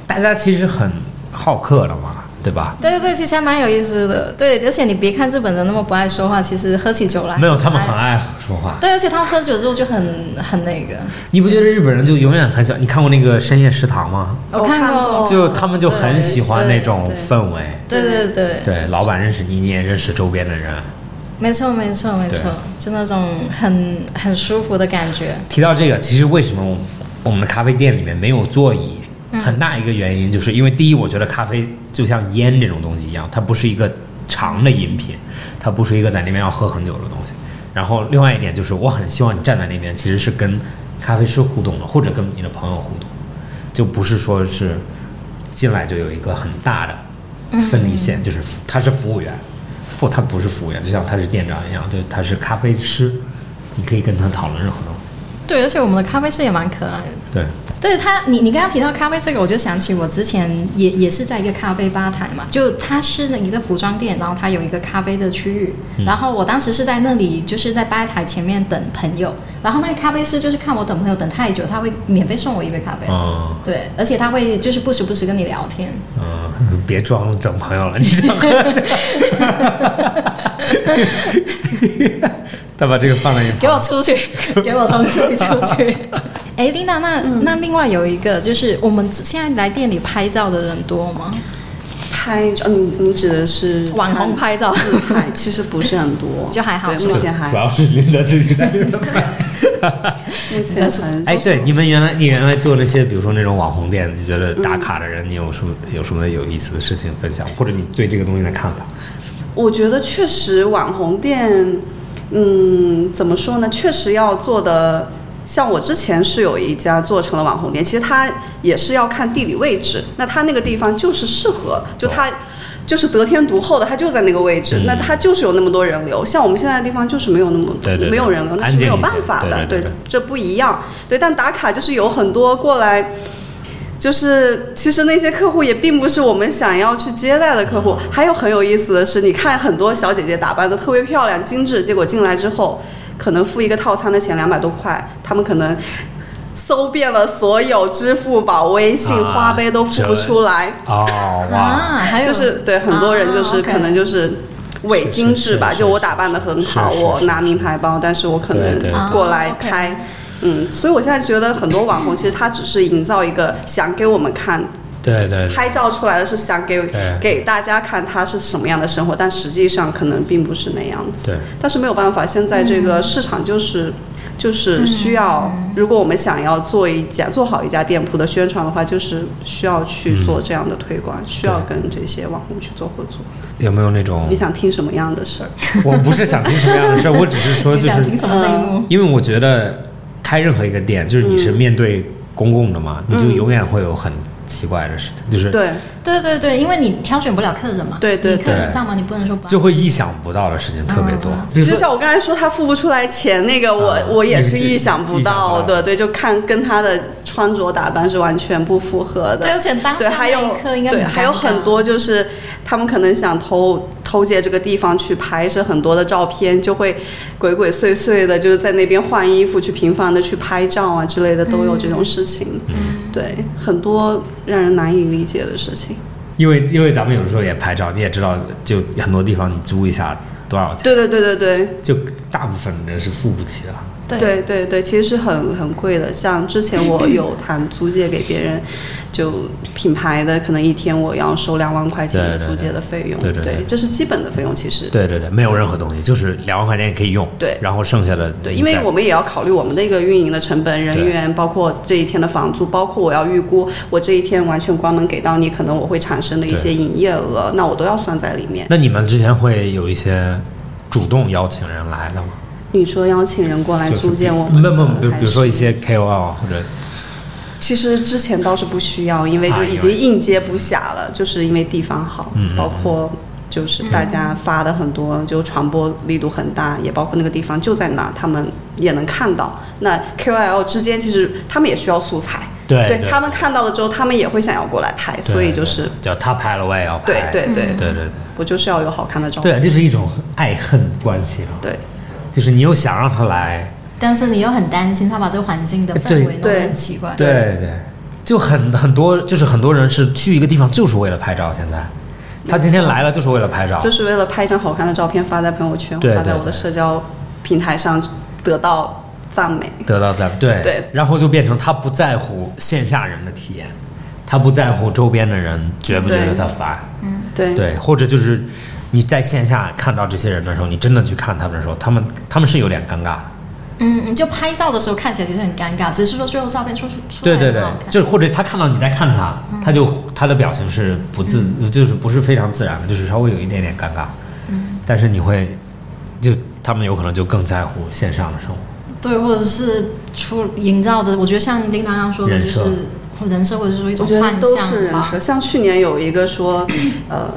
B: 大家其实很好客的嘛，对吧？
A: 对对对，其实还蛮有意思的，对，而且你别看日本人那么不爱说话，其实喝起酒来
B: 没有，他们很爱说话。
A: 对，而且他们喝酒之后就很很那个，
B: 你不觉得日本人就永远很喜欢？你看过那个深夜食堂吗？
A: 我
C: 我
A: 看
C: 看过
B: 就他们就很喜欢那种
C: 哦对对
B: 氛围。
A: 对对对，
B: 对，老板认识你，你也认识周边的人。
A: 没错没错没错
B: 对，
A: 就那种很很舒服的感觉。
B: 提到这个，其实为什么我们我们的咖啡店里面没有座椅？嗯，很大一个原因就是因为第一，我觉得咖啡就像烟这种东西一样，它不是一个呃长的饮品，它不是一个在那边要喝很久的东西。然后另外一点就是，我很希望你站在那边，其实是跟咖啡师互动的，或者跟你的朋友互动，就不是说是进来就有一个很大的分离线，就是他是服务员，不，他不是服务员，就像他是店长一样，就他是咖啡师，你可以跟他讨论任何东西。
A: 对，而且我们的咖啡师也蛮可爱的。
B: 对，
A: 对他，你你刚刚提到咖啡这个，我就想起我之前也也是在一个咖啡吧台嘛，就它是那一个服装店，然后它有一个咖啡的区域，然后我当时是在那里，就是在吧台前面等朋友，然后那个咖啡师就是看我等朋友等太久，他会免费送我一杯咖啡，
B: 嗯
A: 对，而且他会就是不时不时跟你聊天，
B: 嗯，别装了，整朋友了，你这样。 他把这个放在一
A: 给我
B: 旁，
A: 出 去，给我从这里出去。 哎，琳达，那、
C: 嗯
A: 那另外有一个就是我们现在来店里拍照的人多吗？
C: 嗯拍照，你你指的是
A: 网红拍照
C: 自拍，其实不是很多，
A: 就还好
C: 对，
A: 是吧
C: 目前还
B: 主要是林德自己在那 边拍。
C: 目前很
B: 哎，对，你们原来你原来做那些，比如说那种网红店，你觉得
A: 嗯
B: 打卡的人，你有什么有什么有意思的事情分享，或者你对这个东西的看法？
C: 我觉得确实网红店，嗯，怎么说呢？确实要做的，像我之前是有一家做成了网红店，其实它也是要看地理位置。那它那个地方就是适合，就它就是得天独厚的，它就在那个位置，
B: 嗯
C: 那它就是有那么多人流。像我们现在的地方就是没有那么
B: 对对对
C: 没有人流，那是没有办法
B: 安静一
C: 的，
B: 些对对对对
C: 这不一样。对，但打卡就是有很多过来。就是其实那些客户也并不是我们想要去接待的客户。
B: 嗯
C: 还有很有意思的是，你看很多小姐姐打扮的特别漂亮、精致，结果进来之后，可能付一个套餐的钱两百多块，他们可能。搜遍了所有支付宝、微信、
B: 啊
C: 花呗都付不出来，
B: 哦，哇，
A: 啊，还有
C: 就是对很多人就是
A: 啊，OK
C: 可能就是伪精
B: 是
C: 致吧，
B: 是
C: 就我打扮的很好，
B: 是是
C: 我
B: 是
C: 拿名牌包，但是我可
B: 对对
C: 能
A: 对
C: 过来
A: 啊，OK
C: 开，嗯，所以我现在觉得很多网红其实他只是营造一个想给我们看
B: 对对对
C: 拍照出来的是想给
B: 对
C: 给大家看他是什么样的生活，但实际上可能并不是那样子。
B: 对，
C: 但是没有办法，现在这个市场就是、就是需要，如果我们想要做一家做好一家店铺的宣传的话，就是需要去做这样的推广，需要跟这些网红去做合作。
B: 有没有那种
C: 你？想听什么样的事儿？
B: 我不嗯是想听什么样的事儿，我只是说
A: 你
B: 就
A: 想
B: 是
A: 听什么内幕？
B: 因为我觉得开任何一个店，就是你是面对公共的嘛，你就永远会有很奇怪的事情，就是
C: 嗯对，
B: 啊
A: 对对对，因为你挑选不了客人嘛，
C: 对对
A: 你客人
B: 对
A: 上门你不能说不
B: 就会意想不到的事情特别多
A: 嗯。
B: 比如
C: 就
B: 说
C: 像我刚才说，他付不出来钱那个我，我、
B: 啊
C: 也是
B: 那个
C: 意想不
B: 意想不
C: 到
B: 到
C: 的，对，就看跟他的穿着打扮是完全不符合的。
A: 对，而且当
C: 对，
A: 下
C: 还
A: 那
C: 有
A: 一刻应该
C: 对，
A: 很尴尬
C: 还有很多就是他们可能想偷偷借这个地方去拍摄很多的照片，就会鬼鬼祟祟的，就是在那边换衣服去频繁的去拍照啊之类的，都有这
A: 嗯
C: 种事情。对，很多让人难以理解的事情。
B: 因为因为咱们有时候也拍照，你也知道，就很多地方你租一下多少钱，
C: 对对对对对
B: 就大部分人是付不起的。
A: 对
C: 对对对，其实是很很贵的。像之前 我有谈租借给别人，就品牌的，可能一天我要收两万块钱
B: 对
C: 的
B: 对
C: 租
B: 对
C: 借的费用。
B: 对对对
C: 这是基本的费用，其实。
B: 对对对，没有任何东西，就是两万块钱可以用。
C: 对
B: 然后剩下的
C: 对，
B: 你
C: 呃因为
B: 再
C: 我们也要考虑我们的一个运营的成本、人员，包括这一天的房租，包括我要预估我这一天完全关门给到你，可能我会产生的一些营业额，那我都要算在里面。
B: 那你们之前会有一些主动邀请人来的吗？
C: 你说邀请人过来
B: 就是
C: 租借我
B: 比
C: 们，
B: 没有没有，嗯比如比如说
C: 还
B: 一
C: 是，
B: 些 KOL 或者
C: 其实之前倒是不需要，因为
B: 啊
C: 就
B: 因
C: 已
B: 为
C: 经应接不暇了，就是因为地方好，
B: 嗯嗯嗯
C: 包括。就是大家发的很多，就传播力度很大，也包括那个地方就在哪，他们也能看到。那 KOL 之间其实他们也需要素材，
B: 对
C: 对他们看到了之后，他们也会想要过来拍，
B: 对
C: 所以就是
B: 对叫他拍了我也要
C: 对
B: 拍。
C: 对对，
B: 对对
A: 嗯
C: 我就是要有好看的照
B: 对
C: 片。
B: 对，就是一种爱恨关系啊，
C: 对
B: 就是你又想让他来，
A: 但是你又很担心他把这个环境的氛围弄得
C: 对
A: 很奇怪。
B: 对对，就很很多，就是很多人是去一个地方就是为了拍照。现在，他今天来了就是为了拍照，
C: 就是为了拍一张好看的照片发在朋友圈，
B: 对
C: 发在
B: 对
C: 我的
B: 对
C: 社交平台上得到赞美。
B: 得到赞对
C: 对
B: 然后就变成他不在乎线下人的体验，他不在乎周边的人觉不觉得
C: 对
B: 他烦，
C: 对
B: 嗯对，或者就是你在线下看到这些人的时候，你真的去看他们的时候，他们他们是有点尴尬，
A: 嗯，嗯就拍照的时候看起来其实很尴尬，只是说最后照片出出出
B: 对
A: 来
B: 对
A: 很
B: 对嗯
A: 好，看。
B: 就是或者他看到你在看他，他就他的表情是不自，就是不是非常自然的，就是稍微有一点点尴尬。嗯，但是你会，就他们有可能就更在乎线上的生活。
A: 对，或者是出营造的，我觉得像丁刚刚说的，就
B: 人设
A: 是或人设，或者是说一
C: 我
A: 种
C: 觉得
A: 幻
C: 都是
A: 象
C: 人
A: 吧。
C: 设。像去年有一个 说，呃，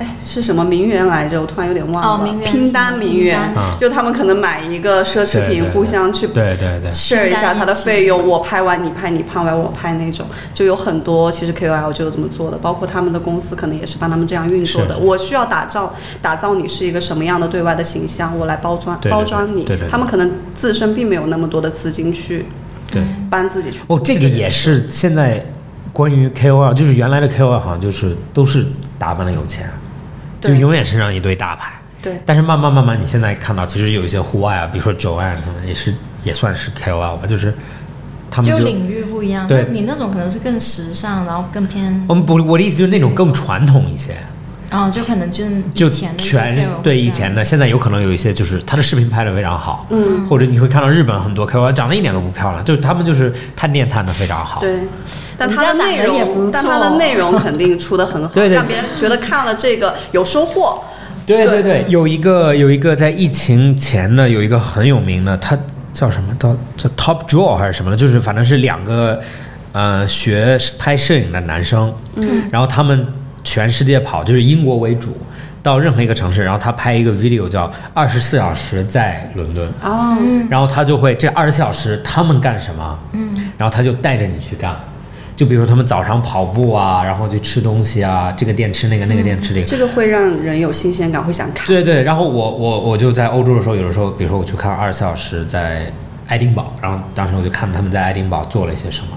C: 哎是什么名媛来着？我突然有点忘
A: 哦
C: 了。
A: 名媛
C: 拼单名媛
A: 拼，
B: 单
C: 就他们可能买一个奢侈
B: 啊对对
C: 品，
B: 对
C: 互相去
B: 对对对，
C: share 一下它的费用，我拍完你拍，你拍完我拍那种，就有很多其实 KOL 就有这么做的，包括他们的公司可能也是帮他们这样运作的。
B: 是
C: 我需要打造打造你是一个什么样的对外的形象，我来包装
B: 对对对
C: 包装你
B: 对对对
C: 他们可能自身并没有那么多的资金去
B: 对。
C: 帮自己去。
B: 哦，这个也是现在关于 KOL，就是原来的 KOL 好像就是都是打扮的有钱，啊就
C: 对
B: 永远身上一堆大牌。
C: 对
B: 但是慢慢慢慢，你现在看到，其实有一些户外啊，比如说九安他们也是也算是 KOL 吧，就是他们
A: 就
B: 就
A: 领域不一样，那
B: 对哦
A: 你那种可能是更时尚，然后更偏，
B: 我们不，我的意思就是那种更传统一些，
A: 然后就可能就是
B: 就
A: 以前的一些
B: 全
A: KOL
B: 对
A: 这
B: 以
A: 样
B: 前的，现在有可能有一些就是他的视频拍的非常好，嗯，或者你会看到日本很多 KOL 长得一点都不漂亮，就是他们就是探店探的非常好，
C: 对，但
A: 人
C: 它的
A: 家
C: 内
A: 长得也不
C: 容，但它的
A: 错
C: 内容肯定出的很好，
B: 对对
C: 让别人觉得看了这个有收获。
B: 对对对，有一个有一个在疫情前呢，有一个很有名的，他叫什么？叫叫 Top Draw 还是什么的？就是反正是两个呃学拍摄影的男生，嗯，然后他们全世界跑，就是英国为主，到任何一个城市，然后他拍一个 video 叫《二十四小时在伦敦》，
C: 哦，
A: 嗯
B: 然后他就会这二十四小时他们干什么，嗯，然后他就带着你去干。就比如说他们早上跑步啊，然后去吃东西啊，这个店吃那个，
A: 嗯
B: 那个店吃这个，
C: 这个会让人有新鲜感，会想看。
B: 对对，然后我我我就在欧洲的时候，有的时候，比如说我去看二十四小时在爱丁堡，然后当时我就看他们在爱丁堡做了一些什么，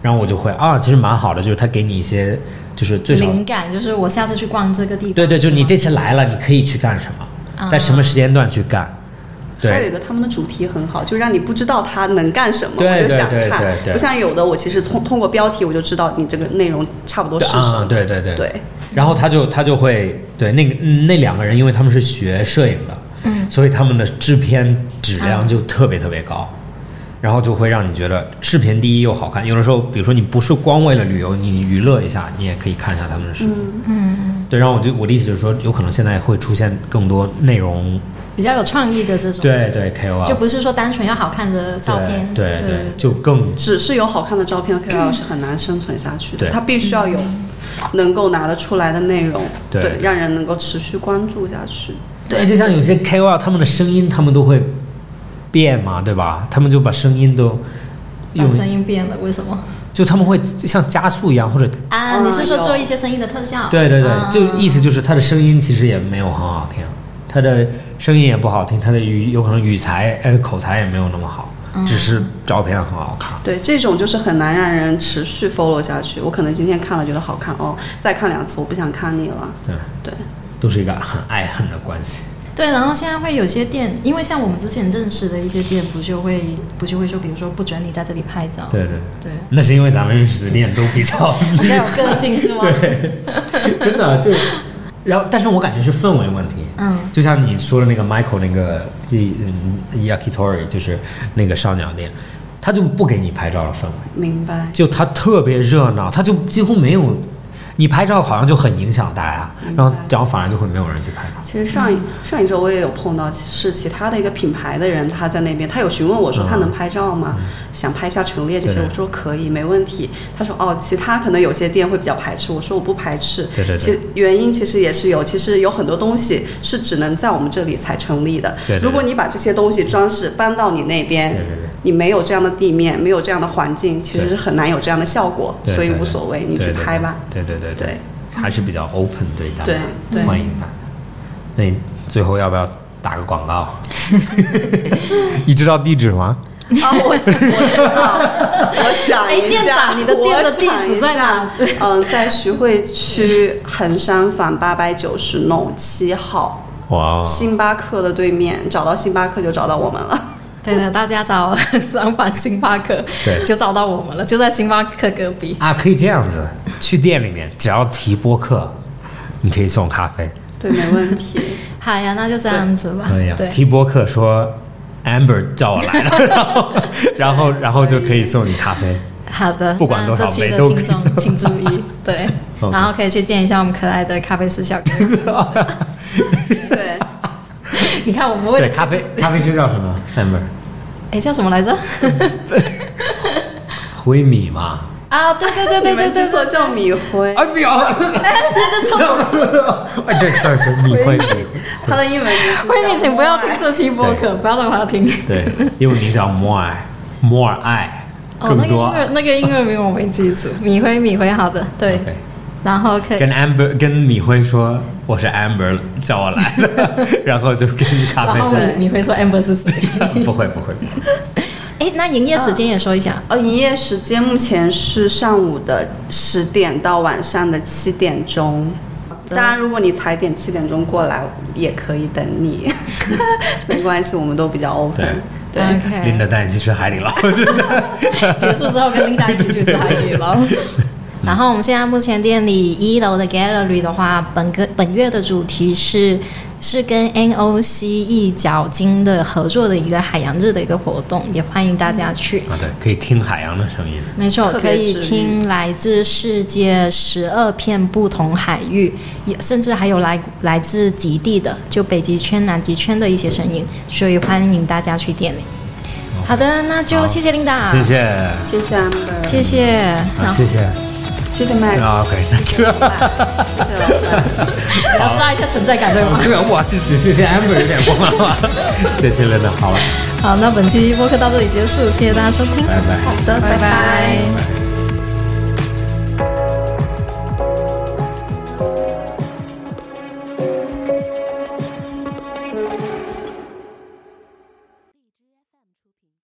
B: 然后我就会啊，其实蛮好的，就是他给你一些就是最少，
A: 灵感，就是我下次去逛这个地方，
B: 对对，就是
A: 吗
B: 你这次来了，你可以去干什
A: 啊
B: 么，在什么时间段去干，
C: 还有
B: 对
C: 一个他们的主题很好，就让你不知道他能干什么，
B: 对
C: 我就想
B: 对对
C: 看。
B: 对对
C: 不像有的，我其实通通过标题我就知道你这个内容差不多
B: 对
C: 是什
B: 啊
C: 么。
B: 对对对
C: 对，
B: 然后他就他就会对那个嗯那两个人，因为他们是学摄影的，嗯，所以他们的制片质量就特别特别高，然后就会让你觉得视频第一又好看。有的时候，比如说你不是光为了旅游，你娱乐一下，你也可以看一下他们的视频。嗯，对。然后我就我的意思就是说，有可能现在会出现更多内容，
A: 比较有创意的这种，
B: 对对 KOL，
A: 就不是说单纯要好看的照片，
B: 对
A: 对
B: 对对，就更
C: 只是有好看的照片的 KOL 是很难生存下去的，
B: 对
C: 他必须要有能够拿得出来的内容，
B: 对对
C: 让人能够持续关注下去。
B: 对，哎就像有些 KOL 他们的声音，他们都会变嘛，对吧？他们就把声音都
A: 把
B: 用
A: 声音变了，为什么
B: 就他们会像加速一样，或者
A: 啊？
C: 嗯
A: 你是说
C: 有
A: 做一些声音的特效？
B: 对对对，
A: 啊
B: 就意思就是他的声音其实也没有很好听，他的声音也不好听，他的语有可能语才呃口才也没有那么好，
A: 嗯
B: 只是照片很好看。
C: 对，这种就是很难让人持续 follow 下去。我可能今天看了觉得好看哦，再看两次我不想看你了。
B: 对，
C: 对，
B: 都是一个很爱恨的关系。
A: 对，然后现在会有些店，因为像我们之前认识的一些店，不就会不就会说，比如说不准你在这里拍照，
B: 对对，
A: 对，
B: 那是因为咱们认识的店都比较
A: 比较有个性是吗？
B: 真的就，然后但是我感觉是氛围问题。
A: 嗯，
B: 就像你说的那个 Michael 那个一嗯 Yakitori 就是那个烧鸟店，他就不给你拍照的氛围。
C: 明白。
B: 就它特别热闹，它就几乎没有，你拍照好像就很影响大家，
C: 明白
B: 然后然后反而就会没有人去拍照。
C: 其实上一上一周我也有碰到，是其他的一个品牌的人，他在那边，他有询问我说他能拍照吗？想拍一下陈列这
B: 嗯
C: 些，
B: 对
C: 我说可以，没问题。他说哦，其他可能有些店会比较排斥，我说我不排斥。
B: 对对对
C: 其原因其实也是有，其实有很多东西是只能在我们这里才成立的。
B: 对对对
C: 如果你把这些东西装饰搬到你那边，
B: 对对对
C: 你没有这样的地面，没有这样的环境，其实
B: 对
C: 是很难有这样的效果，
B: 对，
C: 所以
B: 对
C: 无所谓，你去拍吧。。
B: 对对对对对
C: 对
B: 对，还是比较 open 对大家，
C: 对对
B: 欢迎大家。那你最后要不要打个广 告？你知道地址吗？
C: 啊，我我知道， 我想一下，
A: 哎店长你的店的地址在哪
C: 我想一下？嗯，在徐汇区衡山坊八百九十弄七号，
B: 哇哦，
C: 星巴克的对面，找到星巴克就找到我们了。
A: 对的，大家找商反星巴克，
B: 对
A: 就找到我们了，就在星巴克隔壁。
B: 啊，可以这样子，去店里面只要提播客，你可以送咖啡，
C: 对，没问题。
A: 好呀，那就这样子吧。
B: 可以啊。
A: 对，
B: 提播客说 Amber 叫我来了， 然后然后然后就可以送你 咖啡。
A: 好的，
B: 不管多少
A: 那这期
B: 杯
A: 的
B: 都可以
A: 听众请注意，对，
B: OK
A: 然后可以去见一下我们可爱的咖啡师小哥。
C: 对，
A: 你看我们为
B: 对，
A: 了
B: 咖啡咖啡师叫什么？Amber
A: 哎叫什么来着？
B: 灰米嘛？
A: 啊，对对对对对对
C: 你们记错
A: 对，
C: 叫米灰，
B: 啊，不要！
A: 哎，对对错错错，
B: 哎，对，sorry sorry，米灰 米。
C: 他的英文名字。
A: 慧敏，请不要听。这期播客，不要让他 听。
B: 对，英文名叫 More More 爱，
A: 哦，那
B: 更
A: 个音
B: 多。
A: 乐那个音乐名我没记住，米辉米辉，好的，对
B: OK，
A: 然后可以
B: 跟 Amber 跟米辉说我是 Amber 叫我来 的，然后就给你咖
A: 然
B: 啡
A: 后
B: 喝。
A: 你你会说 Amber 是 谁？
B: 不会不会，不会
A: 哎，那营业时间也说一下。
C: 呃，营业时间目前是上午的十点到晚上的七点钟。当然，如果你踩点七点钟过来，也可以等 你，没关系，我们都比较 open。对，嗯
B: 琳
A: OK，
B: 达带你去吃海底 捞。啊
A: 结束之后跟琳达一起去吃海底捞。然后我们现在目前店里一楼的 gallery 的话，本个本月的主题是是跟 NOC 一角鲸的合作的一个海洋日的一个活动，也欢迎大家去。
B: 啊，对，可以听海洋的声音。
A: 没错，
C: 特
A: 可
C: 别
A: 以
C: 治愈
A: 听来自世界十二片不同海域，也甚至还有来来自极地的，就北极圈、南极圈的一些声音，所以欢迎大家去店里。好的，那就
B: 哦好
A: 谢谢琳达，
B: 谢谢，
C: 谢谢 Amber，
A: 谢谢，
B: 啊，
A: 然后
B: 谢谢。
C: 谢谢 Max，
B: 啊，OK，那
C: 谢谢老板，谢谢老板。
A: 要刷一下存在感，对吗？
B: 对啊，哇，这只谢谢 Amber 有点过分了。 谢谢琳达，好了，
A: 好，那本期播客到这里结束，谢谢大家收听，
B: 拜拜。
C: 好的，拜
A: 拜拜
C: 拜
B: 拜拜